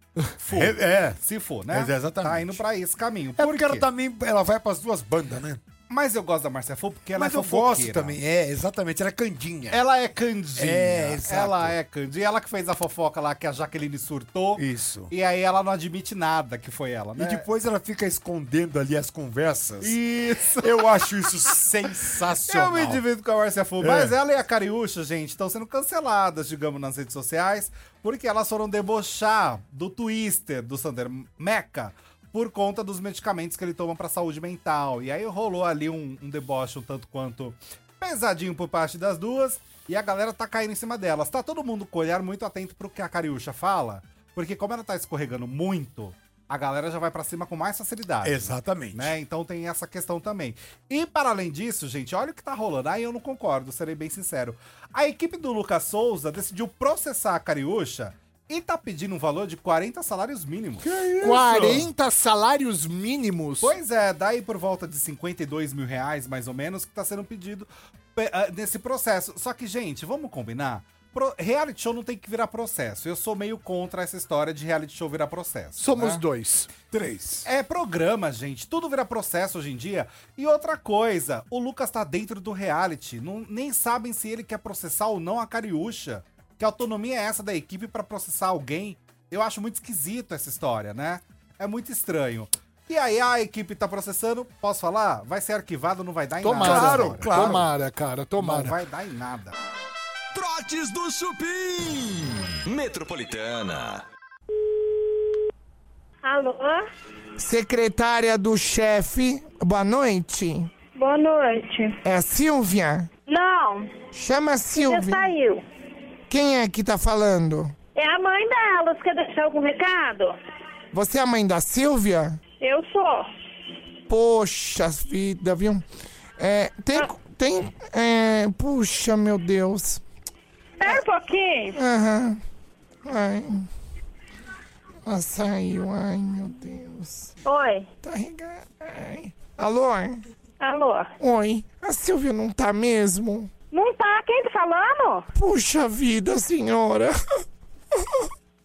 S4: É, é.
S7: se for, né?
S4: Mas é exatamente.
S7: Tá indo pra esse caminho.
S4: É
S7: Por
S4: porque ela
S7: quê?
S4: também ela vai pras duas bandas, né?
S7: Mas eu gosto da Márcia Fu porque ela
S4: Mas
S7: é
S4: eu
S7: fofoqueira.
S4: gosto também. É, exatamente. Ela é candinha.
S7: Ela é candinha.
S4: É, exato.
S7: Ela é candinha. Ela que fez a fofoca lá que a Jaqueline surtou.
S4: Isso.
S7: E aí ela não admite nada que foi ela, né?
S4: E tipo, depois ela fica escondendo ali as conversas.
S7: Isso.
S4: Eu acho isso sensacional.
S7: Eu me divido com a Márcia Fu,
S4: É.
S7: mas ela e a Cariúcha, gente, estão sendo canceladas, digamos, nas redes sociais, porque elas foram debochar do Twister do Sander Meca por conta dos medicamentos que ele toma pra saúde mental. E aí rolou ali um, um deboche um tanto quanto pesadinho por parte das duas, e a galera tá caindo em cima delas. Tá todo mundo com o olhar muito atento pro que a Cariúcha fala, porque como ela tá escorregando muito, a galera já vai pra cima com mais facilidade
S4: Exatamente.
S7: né? Então tem essa questão também. E para além disso, gente, olha o que tá rolando. Aí eu não concordo, serei bem sincero. A equipe do Lucas Souza decidiu processar a Cariúcha e tá pedindo um valor de 40 salários mínimos.
S3: 40 salários mínimos?
S7: Pois é, daí por volta de 52 mil reais, mais ou menos, que tá sendo pedido pe- ah, nesse processo. Só que, gente, vamos combinar? Pro- reality show não tem que virar processo. Eu sou meio contra essa história de reality show virar processo.
S3: Somos
S7: né?
S3: dois.
S4: Três.
S7: É programa, gente. Tudo vira processo hoje em dia. E outra coisa, o Lucas tá dentro do reality. Não, nem sabem se ele quer processar ou não a Cariúcha. Que autonomia é essa da equipe pra processar alguém? Eu acho muito esquisito essa história, né? É muito estranho. E aí a equipe tá processando, posso falar? Vai ser arquivado, não vai dar em
S3: Tomara.
S7: nada.
S4: Claro,
S7: agora.
S4: claro.
S3: Tomara, cara,
S7: Não
S3: tomara.
S7: vai dar em nada.
S1: Trotes do Chupim. Metropolitana.
S5: Alô?
S10: Secretária do chefe, boa noite.
S5: Boa noite.
S10: É a Silvia?
S5: Não,
S10: Chama a
S5: já
S10: Silvia.
S5: saiu.
S10: Quem é que tá falando?
S5: É a mãe delas. Quer deixar algum recado?
S10: Você é a mãe da Silvia?
S5: Eu sou.
S10: Poxa vida, viu? É, tem. tem é, puxa, meu Deus.
S5: Espera um pouquinho.
S10: Aham. Ai. Ela saiu. Ai, meu Deus.
S5: Oi.
S10: Tá regada. Ai. Alô?
S5: Alô?
S10: Oi. A Silvia não tá mesmo?
S5: Não tá? Quem tá falando?
S10: Puxa vida, senhora.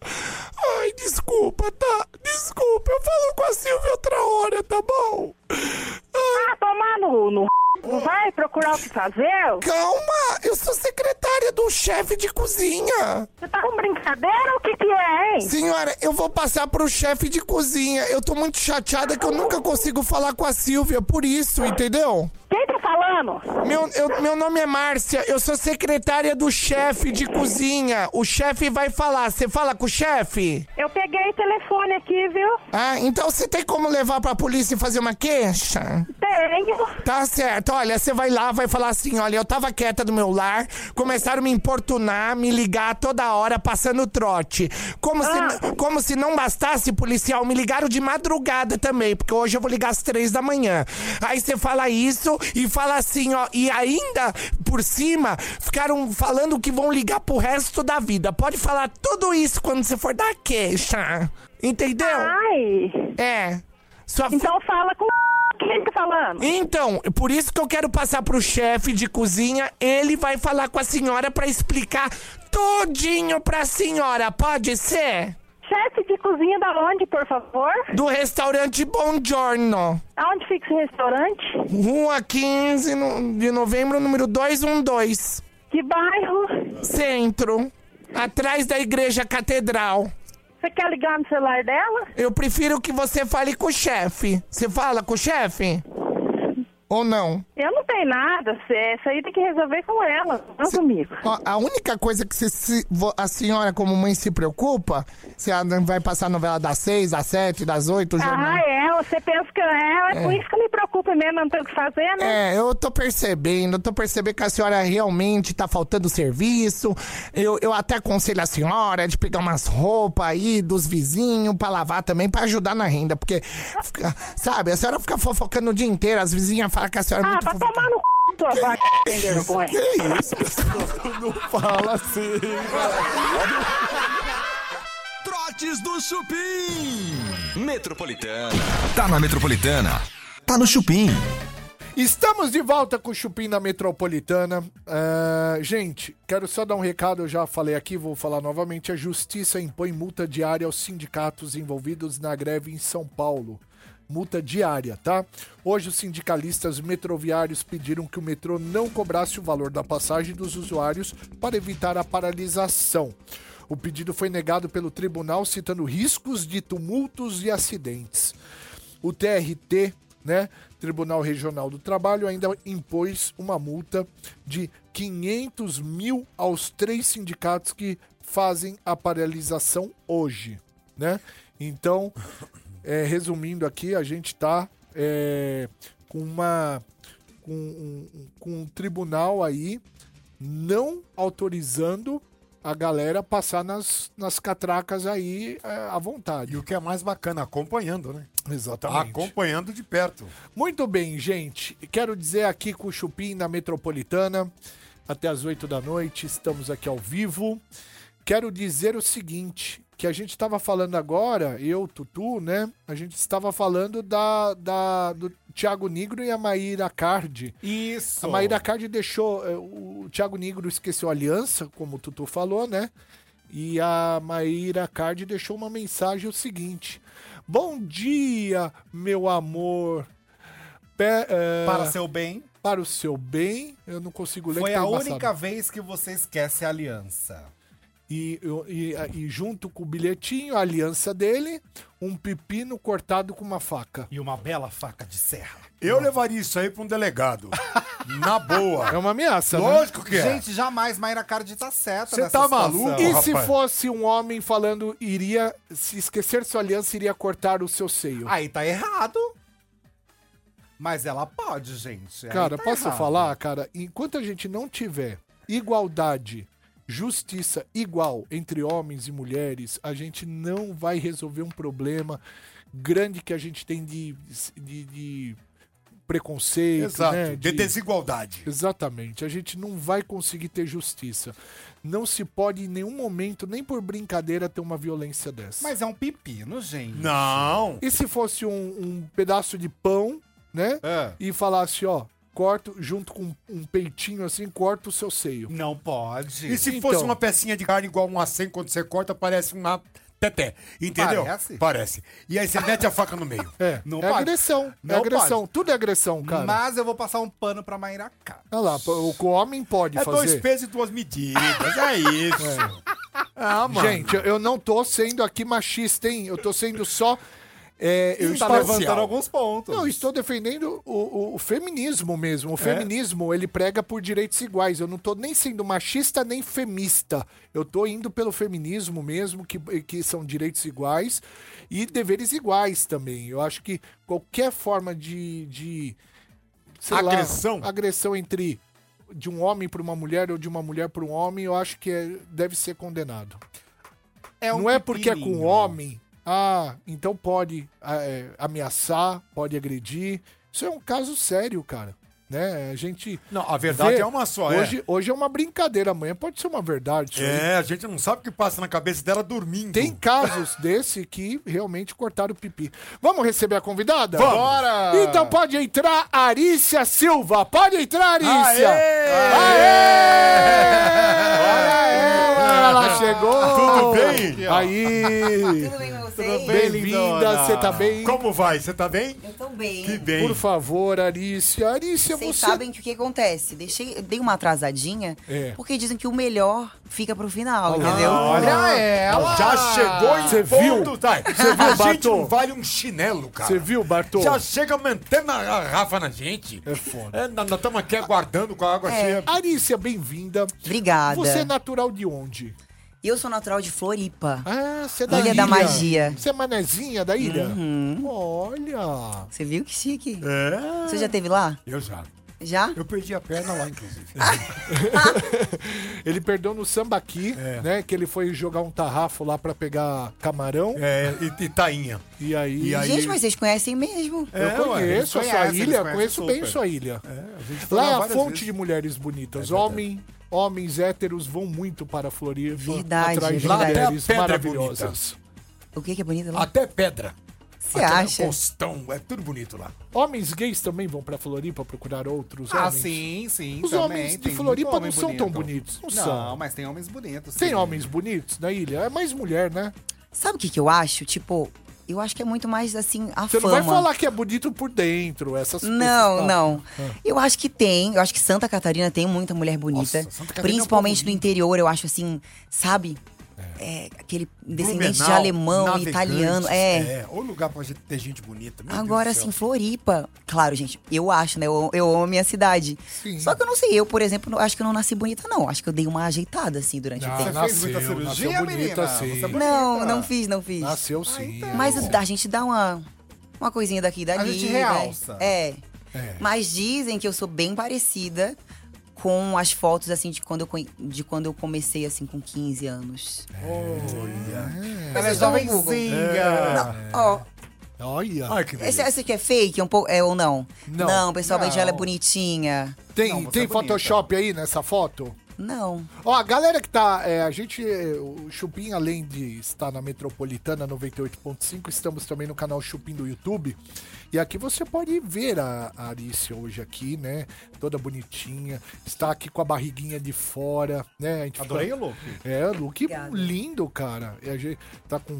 S10: Ai, desculpa, tá? Desculpa, eu falo com a Silvia outra hora, tá bom? Ai,
S5: Ah, tomar no, no... Não vai procurar o que fazer?
S10: calma, eu sou secretária do chefe de cozinha.
S5: Você tá com brincadeira ou o que que é, hein?
S10: Senhora, eu vou passar pro chefe de cozinha. Eu tô muito chateada que eu nunca consigo falar com a Silvia, por isso, entendeu?
S5: Quem tá falando?
S10: Meu, eu- meu nome é Márcia, eu sou secretária do chefe de cozinha. O chefe vai falar. Você fala com o chefe?
S5: Eu peguei o telefone aqui, viu?
S10: Ah, então você tem como levar pra polícia e fazer uma queixa?
S5: Tem.
S9: Tenho.
S10: Tá certo. Olha, você vai lá, vai falar assim: olha, eu tava quieta no meu lar, começaram a me importunar, me ligar toda hora, passando trote. Como, se, como se não bastasse, policial, me ligaram de madrugada também, porque hoje eu vou ligar às três da manhã. Aí você fala isso e fala assim, ó, e ainda por cima, ficaram falando que vão ligar pro resto da vida. Pode falar tudo isso quando você for dar queixa. Entendeu?
S5: Ah.
S9: Ai.
S10: É. Sua fi-
S9: Então fala com quem tá falando.
S10: Então, por isso que eu quero passar pro chefe de cozinha, ele vai falar com a senhora pra explicar tudinho pra senhora, pode ser?
S9: Chefe de cozinha da onde, por favor?
S10: Do restaurante Bon Giorno,
S9: Aonde fica esse restaurante?
S10: Rua 15 no- de novembro, número 212,
S9: Que bairro?
S10: centro, atrás da igreja catedral.
S9: Você quer ligar no celular dela?
S10: Eu prefiro que você fale com o chefe. Você fala com o chefe? Ou não?
S9: Eu não tenho nada, cê- isso aí tem que resolver com ela, não comigo.
S10: Ó, a única coisa que se- se vo- a senhora, como mãe, se preocupa, se ela não vai passar a novela das seis, das sete, das oito, o jornal.
S9: Ah, é, você pensa que é, é por isso que eu me preocupo mesmo, não tem o que fazer, né?
S10: É, eu tô percebendo, eu tô percebendo que a senhora realmente tá faltando serviço. Eu, eu até aconselho a senhora de pegar umas roupas aí dos vizinhos pra lavar também, pra ajudar na renda. Porque, fica- sabe, a senhora fica fofocando o dia inteiro, as vizinhas falam que a senhora é
S9: Ah,
S10: muito
S9: vai
S10: fofoca-
S9: tomar no c... sua vaca, sem vergonha.
S6: Fala assim.
S1: Trotes do Chupim. Metropolitana. Tá na Metropolitana. Tá no Chupim.
S3: Estamos de volta com o Chupim na Metropolitana. Ah, gente, quero só dar um recado, eu já falei aqui, vou falar novamente. A justiça impõe multa diária aos sindicatos envolvidos na greve em São Paulo. Multa diária, tá? Hoje, os sindicalistas metroviários pediram que o metrô não cobrasse o valor da passagem dos usuários para evitar a paralisação. O pedido foi negado pelo tribunal, citando riscos de tumultos e acidentes. O TRT, né, Tribunal Regional do Trabalho, ainda impôs uma multa de 500 mil aos três sindicatos que fazem a paralisação hoje, né? Então, é, resumindo aqui, a gente tá é, com uma com um, um- com um tribunal aí não autorizando a galera passar nas, nas catracas aí é, à vontade.
S4: E o que é mais bacana, acompanhando, né?
S3: Exatamente.
S4: Acompanhando de perto.
S3: Muito bem, gente. Quero dizer aqui com o Chupim na Metropolitana, até as 8 da noite, estamos aqui ao vivo. Quero dizer o seguinte, que a gente estava falando agora, eu, Tutu, né? A gente estava falando da, da- do Thiago Negro e a Maíra Cardi.
S7: Isso.
S3: A Maíra Cardi deixou. eh, O Thiago Negro esqueceu a aliança, como o Tutu falou, né? E a Maíra Cardi deixou uma mensagem o seguinte: Bom dia, meu amor. Pe- eh,
S7: Para seu bem,
S3: para o seu bem, eu não consigo ler.
S7: foi
S3: que tá
S7: a
S3: embaçado.
S7: única vez que você esquece a aliança.
S3: E, eu- e, e junto com o bilhetinho, a aliança dele, um pepino cortado com uma faca.
S7: E uma bela faca de serra.
S4: Eu levaria isso aí pra um delegado. Na boa.
S3: É uma ameaça, né?
S4: Lógico que é.
S7: Gente, jamais Mayra Cardi tá certa
S4: Você
S7: nessa
S4: tá
S7: situação.
S4: maluco?
S3: E
S4: Não,
S3: se
S4: rapaz.
S3: fosse um homem falando, iria se esquecer sua aliança, iria cortar o seu seio?
S7: Aí tá errado. Mas ela pode, gente. Aí
S3: cara,
S7: tá
S3: posso
S7: errado.
S3: falar, cara? Enquanto a gente não tiver igualdade, justiça igual entre homens e mulheres, a gente não vai resolver um problema grande que a gente tem de, de, de preconceito,
S4: Exato.
S3: né?
S4: De desigualdade.
S3: Exatamente. A gente não vai conseguir ter justiça. Não se pode em nenhum momento, nem por brincadeira, ter uma violência dessa.
S7: Mas é um pepino, gente.
S4: Não.
S3: E se fosse um, um pedaço de pão, né?
S7: Ah,
S3: E falasse, ó, corto junto com um peitinho assim, corta o seu seio.
S7: não pode.
S4: E se
S3: Então.
S4: fosse uma pecinha de carne igual um acém, quando você corta, parece uma teté. Entendeu?
S7: Parece?
S4: Parece. E aí você mete a faca no meio.
S3: É,
S7: Não
S3: é
S7: pode.
S3: agressão.
S7: Não
S3: é agressão. Tudo é agressão, cara.
S7: Mas eu vou passar um pano pra Mayra Cardi.
S3: Olha lá, o o homem pode
S4: É dois
S3: fazer.
S4: pesos e duas medidas. É isso.
S7: É.
S4: Ah, mano.
S3: Gente, eu- eu não tô sendo aqui machista, hein? Eu tô sendo só. é, eu
S7: Tá
S3: estou
S7: levantando alguns pontos.
S3: Não, estou defendendo o, o- o feminismo mesmo. O feminismo, ele prega por direitos iguais. Eu não tô nem sendo machista nem femista. Eu tô indo pelo feminismo mesmo, que, que são direitos iguais e deveres iguais também. Eu acho que qualquer forma de, de, sei lá,
S4: Agressão?
S3: agressão entre de um homem para uma mulher ou de uma mulher para um homem, eu acho que é- deve ser condenado.
S7: É um
S3: Não é porque é com
S7: pequenininho.
S3: homem, ah, então pode ah, é, ameaçar, pode agredir. Isso é um caso sério, cara. Né? A gente
S4: Não, a verdade
S3: vê-
S4: é uma só,
S3: Hoje, hoje é uma brincadeira, amanhã pode ser uma verdade. isso
S4: é.
S3: aí.
S4: É, a gente não sabe o que passa na cabeça dela dormindo.
S3: Tem casos desse que realmente cortaram o pipi. Vamos receber a convidada?
S4: Vamos.
S3: Bora! Então pode entrar Arícia Silva. Pode entrar, Arícia! Aê! Olha Ela chegou!
S4: Tudo bem?
S3: Aí!
S11: Tudo bem com vocês?
S7: bem,
S3: Bem-vinda,
S7: lindona?
S3: você tá bem?
S4: Como vai? Você tá bem?
S11: Eu tô bem.
S4: Que bem.
S3: Por favor, Arícia. Arícia,
S11: Vocês
S3: você...
S11: sabem que o que acontece? Deixei, dei uma atrasadinha,
S3: É.
S11: porque dizem que o melhor fica pro final, entendeu?
S7: Olha ela!
S4: Já chegou em
S3: Você
S4: ponto,
S3: Ah! viu?
S4: Tá?
S3: Você viu,
S4: a gente
S3: Bartô?
S4: não vale um chinelo, cara.
S3: Você viu, Bartô?
S4: Já chega mantendo a garrafa na gente.
S3: É foda.
S4: É, nós estamos aqui aguardando com a água
S11: É.
S4: cheia.
S3: Arícia, bem-vinda.
S11: Obrigada.
S3: Você é natural de onde?
S11: E Eu sou natural de Floripa.
S3: Ah, você é da
S11: Ilha da Magia. Uhum.
S3: Você é manezinha da ilha? Olha!
S11: Você viu que chique?
S4: É.
S11: Você já teve lá?
S4: Eu já.
S11: Já?
S4: Eu perdi a perna lá, inclusive.
S3: Ele perdeu no sambaqui, né? Que ele foi jogar um tarrafo lá pra pegar camarão.
S4: é, e, e tainha.
S3: E aí.
S4: E aí-
S11: Gente, mas vocês conhecem mesmo.
S4: É,
S3: Eu
S4: ué,
S3: conheço
S7: eles
S3: a sua
S7: conhecem, eles
S3: ilha,
S7: conhecem
S3: conheço bem
S7: super.
S3: sua ilha.
S4: foi
S3: Lá
S4: lá
S3: é a
S4: várias
S3: fonte
S4: vezes.
S3: de mulheres bonitas. Homem, homens héteros vão muito para a Floripa
S11: Verdade,
S3: atrás de
S11: Lá até a
S3: mulheres
S4: pedra é
S3: maravilhosas.
S11: O que que é bonito lá?
S4: Até pedra.
S11: Você
S4: Aquela
S11: acha?
S4: Postão. É tudo bonito lá.
S3: homens gays também vão para Floripa procurar outros
S7: Ah,
S3: homens.
S7: sim, sim.
S3: Os
S7: também,
S3: homens de
S7: tem muito
S3: Floripa não
S7: homem
S3: são tão
S7: bonito.
S3: bonitos. Não,
S7: Não,
S3: são.
S7: mas tem homens bonitos.
S3: Tem
S7: sim.
S3: homens bonitos na ilha? É mais mulher, né?
S11: Sabe o que que eu acho? Tipo, eu acho que é muito mais, assim, a
S3: Você não
S11: fama.
S3: vai falar que é bonito por dentro, essas
S11: Não, não. Eu acho que tem. Eu acho que Santa Catarina tem muita mulher bonita.
S4: Nossa, Santa Catarina é um
S11: principalmente
S4: povo
S11: no interior, eu acho assim, sabe? É, aquele descendente de
S4: Blumenau,
S11: alemão,
S4: navegantes,
S11: italiano. É.
S4: É, ou lugar pra gente ter gente bonita. meu
S11: Agora,
S4: Deus do
S11: assim,
S4: céu.
S11: Floripa. Claro, gente, eu acho, né? Eu, eu amo a minha cidade.
S3: Sim.
S11: Só que eu não sei, eu, por exemplo, não- acho que eu não nasci bonita, não. Acho que eu dei uma ajeitada, assim, durante o
S3: Ah,
S11: tempo.
S7: Você fez muita
S3: nasceu,
S7: cirurgia,
S3: nasceu
S7: menina?
S3: bonita, sim.
S7: Você é bonita.
S11: Não, não fiz, não fiz.
S3: Nasceu sim.
S5: tá.
S11: Mas a gente dá uma, uma coisinha daqui e dali.
S7: gente
S11: né?
S7: realça.
S11: É. Mas dizem que eu sou bem parecida com as fotos, assim, de quando eu, conhe- de quando eu comecei, assim, com 15 anos.
S7: Ela é jovenzinha.
S11: Ó,
S3: Olha.
S4: Ai, que
S11: essa,
S4: beleza.
S11: essa aqui é fake é um pouco, é, ou não?
S3: Não.
S11: pessoalmente
S7: Não.
S11: ela é bonitinha.
S3: Tem,
S7: Não, você
S3: tem
S7: é bonita.
S3: Photoshop aí nessa foto?
S11: Não.
S3: Ó, a galera que tá. é, a gente. é, O Chupim, além de estar na Metropolitana 98.5, estamos também no canal Chupim do YouTube. E aqui você pode ver a, a Arícia hoje aqui, né? Toda bonitinha. Está aqui com a barriguinha de fora, né? A gente fica-
S7: Adorei o look.
S3: É, look
S11: Obrigada.
S3: lindo, cara. E a gente tá com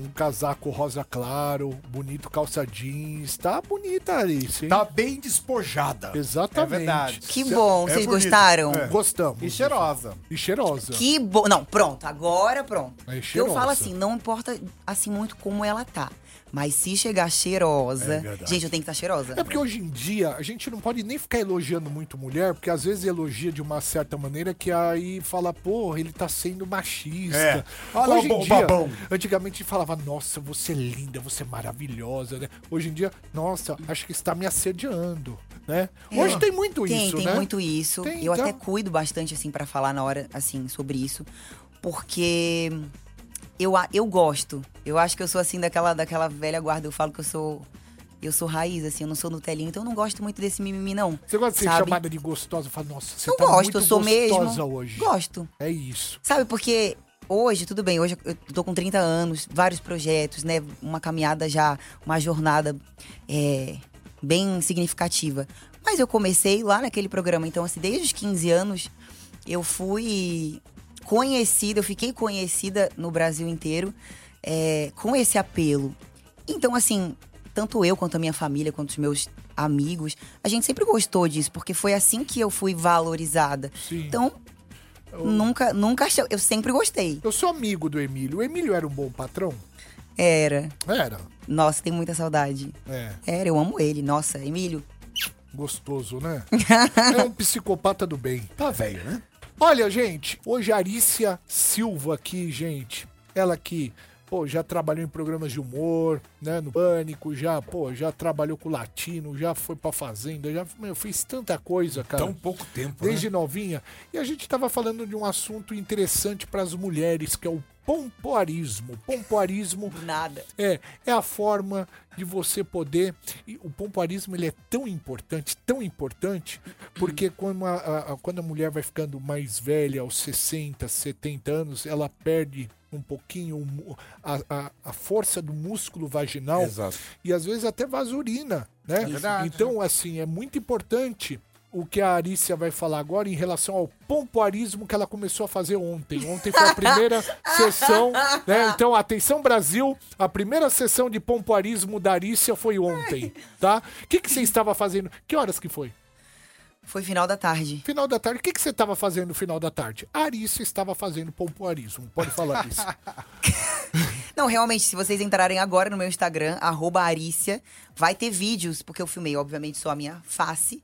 S3: um casaco rosa claro, bonito, calça jeans. Tá bonita Arícia, hein?
S4: Tá bem despojada.
S3: Exatamente.
S7: É verdade.
S11: Que bom,
S4: é
S11: vocês
S4: bonito.
S11: gostaram? É
S4: É.
S3: Gostamos.
S7: E cheirosa.
S3: E cheirosa.
S11: Que bom. Não, pronto, agora pronto.
S3: É
S11: eu
S3: cheirosa.
S11: falo assim, não importa assim muito como ela tá. Mas se chegar
S4: É
S11: cheirosa.
S4: verdade.
S11: gente, eu tenho que estar cheirosa.
S3: É porque hoje em dia a gente não pode nem ficar elogiando muito mulher, porque às vezes elogia de uma certa maneira que aí fala, porra, ele tá sendo machista.
S4: É. Olha lá o bo- babão.
S3: antigamente falava, nossa, você é linda, você é maravilhosa, né? Hoje em dia, nossa, acho que está me assediando, né? Hoje tem muito
S11: tem,
S3: isso,
S11: tem
S3: né?
S11: muito isso.
S3: Tem,
S11: eu
S3: então.
S11: até cuido bastante, assim, pra falar na hora, assim, sobre isso. Porque eu, a- eu gosto. Eu acho que eu sou, assim, daquela, daquela velha guarda. Eu falo que eu sou. Eu sou raiz, assim, eu não sou Nutelinha, então eu não gosto muito desse mimimi, não.
S3: Você gosta de ser
S11: sabe?
S3: chamada de gostosa? Fala, nossa, você
S11: Eu
S3: tá
S11: gosto,
S3: muito
S11: eu sou
S3: gostosa
S11: mesmo.
S3: hoje.
S11: Gosto.
S3: É isso.
S11: Sabe, porque hoje, tudo bem, hoje eu tô com 30 anos, vários projetos, né? Uma caminhada já, uma jornada é, bem significativa. Mas eu comecei lá naquele programa, então, assim, desde os 15 anos, eu fui conhecida, eu fiquei conhecida no Brasil inteiro é, com esse apelo. Então, assim, tanto eu quanto a minha família, quanto os meus amigos, a gente sempre gostou disso, porque foi assim que eu fui valorizada.
S3: Sim.
S11: Então, Nunca, nunca achei. Eu sempre gostei.
S3: Eu sou amigo do Emílio. O Emílio era um bom patrão?
S11: Era.
S3: Era.
S11: Nossa, tem muita saudade.
S3: É.
S11: Era, eu amo ele. Nossa, Emílio.
S3: Gostoso, né? é um psicopata do bem.
S4: Tá velho, né?
S3: Olha, gente, hoje a Arícia Silva aqui, gente. Ela que pô, já trabalhou em programas de humor, né? No Pânico, já, pô, já trabalhou com Latino, já foi pra Fazenda, já meu, fez tanta coisa,
S4: Tá
S3: cara.
S4: um Então
S12: Tão pouco tempo, né?
S3: Desde novinha. E a gente tava falando de um assunto interessante pras mulheres, que é o pompoarismo. Pompoarismo.
S11: Nada.
S3: É, é a forma de você poder. e o pompoarismo ele é tão importante, tão importante,
S12: Uhum.
S3: porque quando a, a- a- quando a mulher vai ficando mais velha, aos 60, 70 anos, ela perde um pouquinho o mu- a, a- a força do músculo vaginal.
S12: Exato.
S3: E às vezes até vasurina, né?
S12: É verdade.
S3: Então, assim, é muito importante. O que a Arícia vai falar agora em relação ao pompoarismo que ela começou a fazer ontem. Ontem foi a primeira sessão, né? Então, atenção Brasil, a primeira sessão de pompoarismo da Arícia foi ontem, tá? O que, que você estava fazendo? Que horas que foi?
S11: Foi final da tarde.
S3: Final da tarde. O que, que você estava fazendo no final da tarde? A Arícia estava fazendo pompoarismo. Pode falar disso. Ah,
S11: Não, realmente, se vocês entrarem agora no meu Instagram, arroba Arícia, vai ter vídeos, porque eu filmei, obviamente, só a minha face.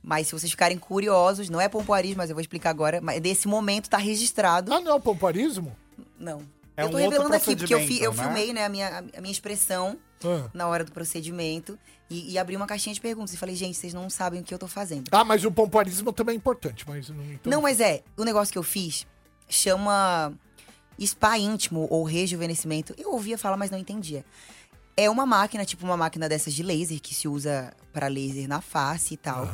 S11: Mas se vocês ficarem curiosos, não é pompoarismo, mas eu vou explicar agora. Mas desse momento tá registrado.
S3: Ah, não é o pompoarismo?
S11: Não.
S3: É
S11: eu tô
S3: um outro
S11: revelando aqui, porque eu, fi-
S3: procedimento,
S11: eu
S3: né?
S11: filmei né, a, minha, a minha expressão
S3: Ah.
S11: na hora do procedimento e, e abri uma caixinha de perguntas. E falei, gente, vocês não sabem o que eu tô fazendo.
S3: Ah, mas o pompoarismo também é importante, mas não. então-
S11: Não, mas é, o negócio que eu fiz chama spa íntimo ou rejuvenescimento. Eu ouvia falar, mas não entendia. É uma máquina, tipo uma máquina dessas de laser, que se usa pra laser na face e tal.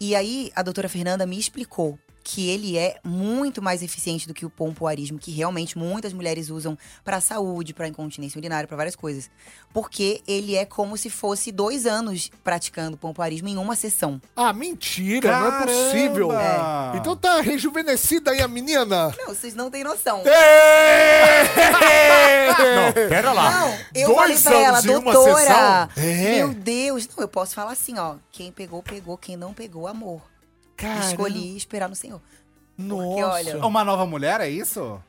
S11: E aí, a doutora Fernanda me explicou que ele é muito mais eficiente do que o pompoarismo, que realmente muitas mulheres usam pra saúde, pra incontinência urinária, pra várias coisas. Porque ele é como se fosse dois anos praticando pompoarismo em uma sessão.
S3: Ah, mentira, não é possível.
S11: É.
S3: Então tá rejuvenescida aí a menina.
S11: Não, vocês não têm noção.
S3: Não,
S12: pera lá.
S11: Não, eu
S12: Dois
S11: falei pra ela,
S12: anos em uma
S11: doutora.
S12: sessão? É.
S11: Meu Deus. Não, eu posso falar assim, ó. Quem pegou, pegou. Quem não pegou, amor.
S7: Caramba.
S11: Escolhi esperar no Senhor. Porque,
S7: Nossa.
S11: olha,
S7: Uma nova mulher, é isso?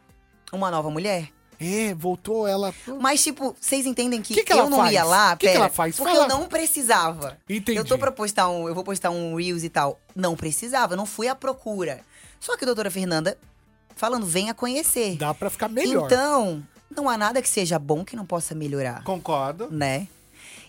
S11: uma nova mulher.
S3: É, voltou ela.
S11: Mas, tipo, vocês entendem que,
S3: Que que ela
S11: eu não
S3: faz?
S11: ia lá,
S3: Que que
S11: pera,
S3: ela faz?
S11: porque
S3: Fala.
S11: eu não precisava.
S3: Entendi.
S11: Eu tô pra postar um, eu vou postar um Reels e tal. Não precisava, eu não fui à procura. Só que a doutora Fernanda falando, venha conhecer.
S3: Dá pra ficar melhor.
S11: Então, não há nada que seja bom que não possa melhorar.
S7: Concordo.
S11: Né?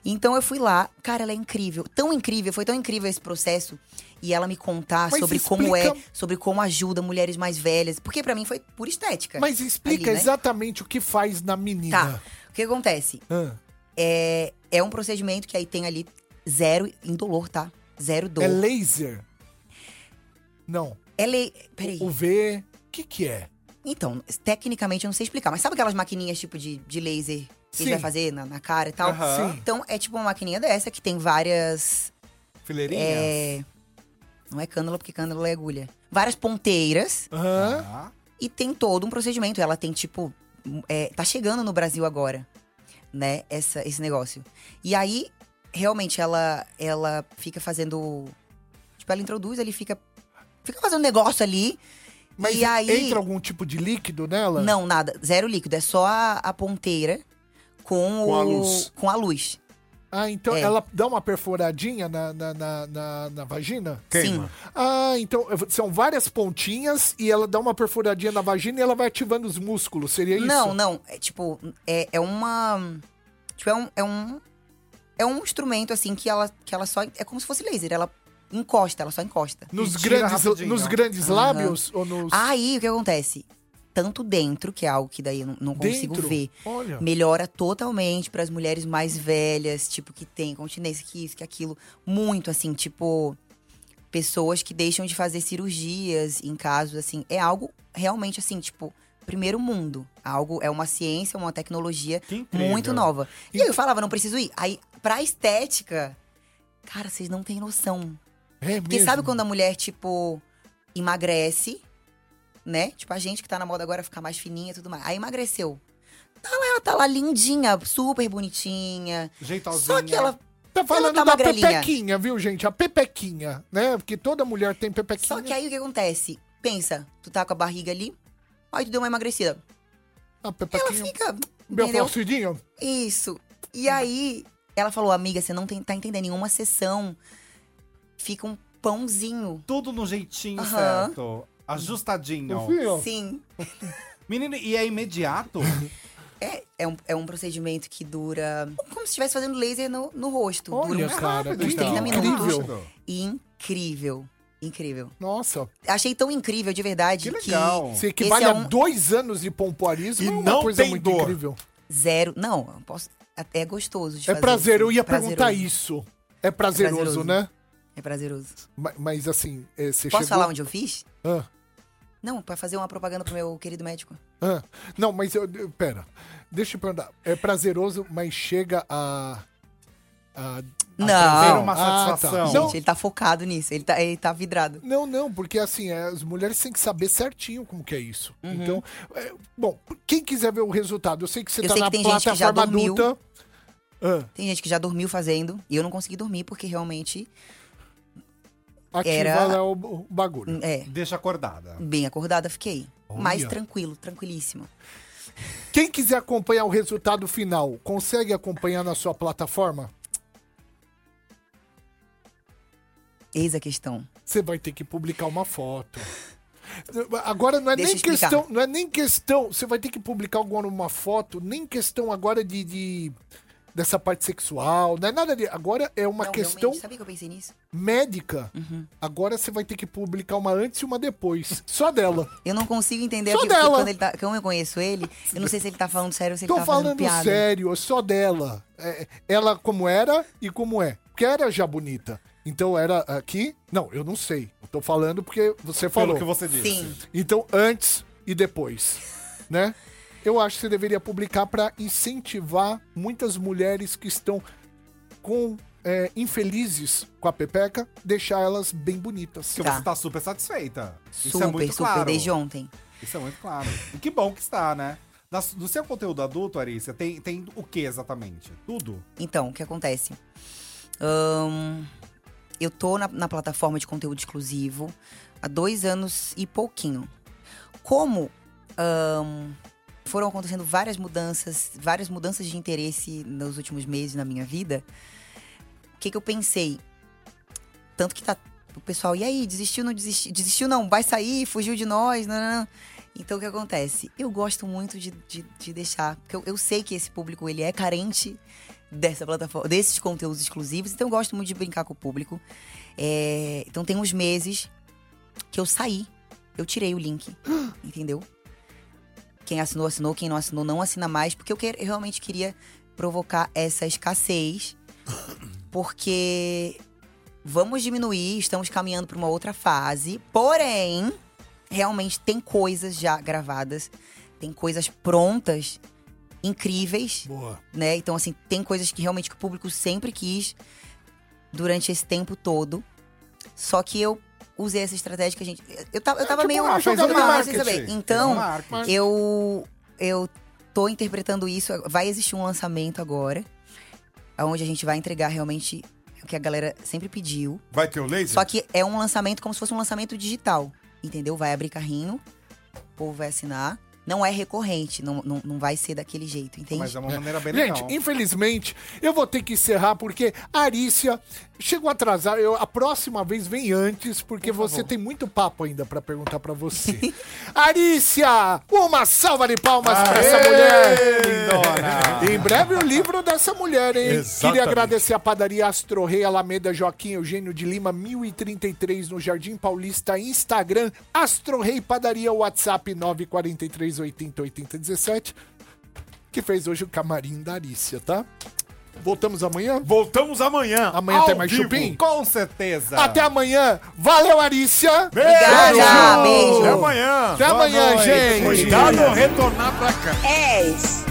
S11: Então eu fui lá, cara, ela é incrível. Tão incrível, foi tão incrível esse processo. E ela me contar
S3: Mas
S11: sobre como é,
S3: explica-
S11: sobre como ajuda mulheres mais velhas. Porque pra mim foi pura estética.
S3: Mas explica
S11: ali, né?
S3: exatamente o que faz na menina.
S11: Tá. O que acontece?
S3: Ah.
S11: É, é um procedimento que aí tem ali zero indolor, tá? Zero dor.
S3: É laser? Não.
S11: É lei. Peraí.
S3: O V, o que que é?
S11: Então, tecnicamente eu não sei explicar, mas sabe aquelas maquininhas tipo de, de laser que
S3: Sim.
S11: eles vai fazer na, na cara e tal?
S7: Aham. Sim.
S11: Então, é tipo uma maquininha dessa que tem várias.
S7: Fileirinhas?
S11: É, não é cânula, porque cânula é agulha. Várias ponteiras.
S7: Aham.
S11: E tem todo um procedimento. Ela tem, tipo. é, tá chegando no Brasil agora, né? Essa, esse negócio. E aí, realmente, ela, ela fica fazendo. Tipo, ela introduz, ele fica. Fica fazendo negócio ali.
S3: Mas
S11: e aí.
S3: entra algum tipo de líquido nela?
S11: Não, nada. Zero líquido. É só a, a ponteira com,
S3: Com a
S11: o-
S3: luz.
S11: Com a luz.
S3: Ah, então
S11: É.
S3: ela dá uma perfuradinha na, na, na, na- na vagina?
S11: Queima. Sim.
S3: Ah, então eh, são várias pontinhas e ela dá uma perfuradinha na vagina e ela vai ativando os músculos, seria isso?
S11: Não, não. É tipo, é, é uma. Tipo, é um, é um. É um instrumento, assim, que ela, que ela só. É como se fosse laser. Ela encosta, ela só encosta.
S3: Nos grandes, nos grandes
S11: Aham.
S3: lábios ou nos...
S11: Aí o que acontece? Tanto dentro, que é algo que daí eu não, não consigo
S3: Dentro? É.
S11: ver.
S3: Olha.
S11: Melhora totalmente para as mulheres mais velhas, tipo, que tem continência, que isso, que aquilo. Muito, assim, tipo. Pessoas que deixam de fazer cirurgias em casos, assim. É algo realmente, assim, tipo. Primeiro mundo. Algo, é uma ciência, uma tecnologia
S13: incrível.
S11: muito nova. E aí eu falava, não preciso ir. Aí, pra estética, cara, vocês não têm noção.
S3: É
S11: Porque sabe quando a mulher, tipo, emagrece, né? Tipo, a gente que tá na moda agora ficar mais fininha e tudo mais. Aí emagreceu. Tá lá, ela tá lá lindinha, super bonitinha.
S7: Jeitosinha.
S11: Só que ela.
S3: Tá falando
S11: ela tá
S3: da
S11: magrelinha.
S3: pepequinha, viu, gente? A pepequinha, né? Porque toda mulher tem pepequinha.
S11: Só que aí o que acontece? Pensa, tu tá com a barriga ali, aí tu deu uma emagrecida.
S3: A pepequinha.
S11: Ela fica.
S3: Meu
S11: entendeu?
S3: falsidinho?
S11: Isso.
S7: Hum.
S11: E aí, ela falou, amiga, você não tem- tá entendendo nenhuma sessão. Fica um pãozinho.
S7: Tudo no jeitinho
S11: Aham.
S7: certo. Ajustadinho.
S11: Sim.
S7: Menino, e é imediato?
S11: É, é, um, é um procedimento que dura como se estivesse fazendo laser no, no rosto.
S3: Olha,
S11: dura uns,
S3: cara,
S11: uns
S3: que
S11: 30 minutos.
S3: incrível.
S11: Incrível. Incrível.
S3: Nossa.
S11: Achei tão incrível, de verdade, que,
S3: Você
S11: esse
S3: equivale
S11: é
S3: a
S11: um
S3: dois anos de pompoarismo
S4: E
S3: é uma
S4: não
S3: coisa
S4: tem
S3: muito
S4: dor.
S3: incrível.
S11: zero. Não, eu posso. Até é gostoso de
S3: É
S11: fazer,
S3: prazer, eu
S11: assim,
S3: ia perguntar
S11: prazeroso.
S3: isso. É
S11: É
S3: prazeroso,
S11: prazeroso.
S3: né?
S11: É prazeroso.
S3: Ma- Mas, assim, é, você
S11: Posso
S3: chegou...
S11: falar onde eu fiz?
S3: Ah,
S11: Não, pra fazer uma propaganda pro meu querido médico.
S3: ah. Não, mas eu... eu- Pera. Deixa eu perguntar. É prazeroso, mas chega a... a- a
S11: Não.
S3: trazer
S7: É uma satisfação.
S3: Ah, Não,
S11: Gente, ele tá focado nisso, ele tá, ele tá vidrado.
S3: Não, não, porque assim, é, as mulheres têm que saber certinho como que é isso.
S11: Uhum.
S3: Então, é, bom, quem quiser ver o resultado, eu sei que você
S11: Eu
S3: tá
S11: sei
S3: na
S11: que tem gente que já
S3: plataforma
S11: dormiu.
S3: adulta. Ah,
S11: Tem gente que já dormiu fazendo e eu não consegui dormir porque realmente
S3: ativa
S11: Era-
S3: lá o, o bagulho.
S11: é
S7: Deixa acordada.
S11: bem acordada fiquei, mais tranquilo, tranquilíssima.
S3: Quem quiser acompanhar o resultado final, consegue acompanhar na sua plataforma?
S11: Eis a questão.
S3: Você vai ter que publicar uma foto. Agora não é
S11: Deixa
S3: nem
S11: eu explicar.
S3: questão, não é nem questão. Você vai ter que publicar agora uma foto, nem questão agora de, de- dessa parte sexual, não é nada de. Agora é uma
S11: Não,
S3: questão
S11: realmente, sabia que eu pensei nisso? Uhum.
S3: médica. Agora você vai ter que publicar uma antes e uma depois. Só dela.
S11: Eu não consigo entender
S3: Só
S11: o que- porque
S3: dela.
S11: quando ele tá, quando eu conheço ele, eu não sei se ele tá falando sério ou se ele
S3: Tô
S11: tá fazendo
S3: falando
S11: piada.
S3: sério, só dela. É, ela como era e como é. Porque era já bonita. Então era aqui? Não, eu não sei. Eu tô falando porque você falou.
S7: Pelo que você disse.
S11: Sim.
S3: Então, antes e depois, né? Eu acho que você deveria publicar para incentivar muitas mulheres que estão com é, infelizes com a pepeca, deixar elas bem bonitas.
S7: Que
S11: Tá.
S7: você tá super satisfeita. Isso
S11: Super,
S7: é muito
S11: super
S7: claro.
S11: desde ontem.
S7: Isso é muito claro. E que bom que está, né? Nas- No seu conteúdo adulto, Arícia, tem, tem o que exatamente? Tudo?
S11: Então, o que acontece? Ahn, eu tô na, na plataforma de conteúdo exclusivo há dois anos e pouquinho. Como ahn, foram acontecendo várias mudanças, várias mudanças de interesse nos últimos meses na minha vida, o que, que eu pensei? Tanto que tá. O pessoal, e aí, desistiu, não desistiu? Desistiu, não, vai sair, fugiu de nós, não, não, não. Então, o que acontece? Eu gosto muito de, de, de deixar, porque eu, eu sei que esse público, ele é carente dessa plataforma, desses conteúdos exclusivos, então eu gosto muito de brincar com o público. É, então, tem uns meses que eu saí, eu tirei o link, entendeu? Quem assinou, assinou, quem não assinou, não assina mais, porque eu, quero, eu realmente queria provocar essa escassez, porque vamos diminuir, estamos caminhando para uma outra fase. Porém, realmente tem coisas já gravadas, tem coisas prontas, incríveis,
S3: Boa.
S11: né? Então, assim, tem coisas que realmente que o público sempre quis durante esse tempo todo. Só que eu usei essa estratégia que a gente. Eu tava, eu tava
S7: tipo,
S11: meio.
S7: ah, fez um
S11: eu tava sem
S7: marketing.
S11: saber. Então,
S7: Fez um marketing.
S11: eu. Eu tô interpretando isso. Vai existir um lançamento agora, onde a gente vai entregar realmente o que a galera sempre pediu.
S4: Vai ter o laser?
S11: Só que é um lançamento como se fosse um lançamento digital, entendeu? Vai abrir carrinho, o povo vai assinar. Não é recorrente, não, não, não vai ser daquele jeito, entende?
S7: Mas é uma maneira bem legal.
S3: Gente, infelizmente, eu vou ter que encerrar porque a Arícia chegou atrasada. Eu, a próxima vez vem antes, porque você tem muito papo ainda pra perguntar pra você. Arícia, uma salva de palmas pra essa mulher.
S7: Lindona.
S3: Em breve o livro dessa mulher, hein?
S4: Exatamente.
S3: Queria agradecer a padaria Astro Rei, Alameda Joaquim Eugênio de Lima, 1033, no Jardim Paulista, Instagram, Astro Rei Padaria, WhatsApp 943 80 80 17, que fez hoje o camarim da Arícia, tá? Voltamos amanhã?
S4: Voltamos amanhã.
S3: Amanhã
S4: ao
S3: tem mais
S4: vivo.
S3: chupim?
S7: Com certeza.
S3: Até amanhã! Valeu, Arícia!
S11: Obrigada, beijo.
S4: Até amanhã.
S3: Até amanhã, gente!
S4: Cuidado ao retornar pra cá.
S9: É.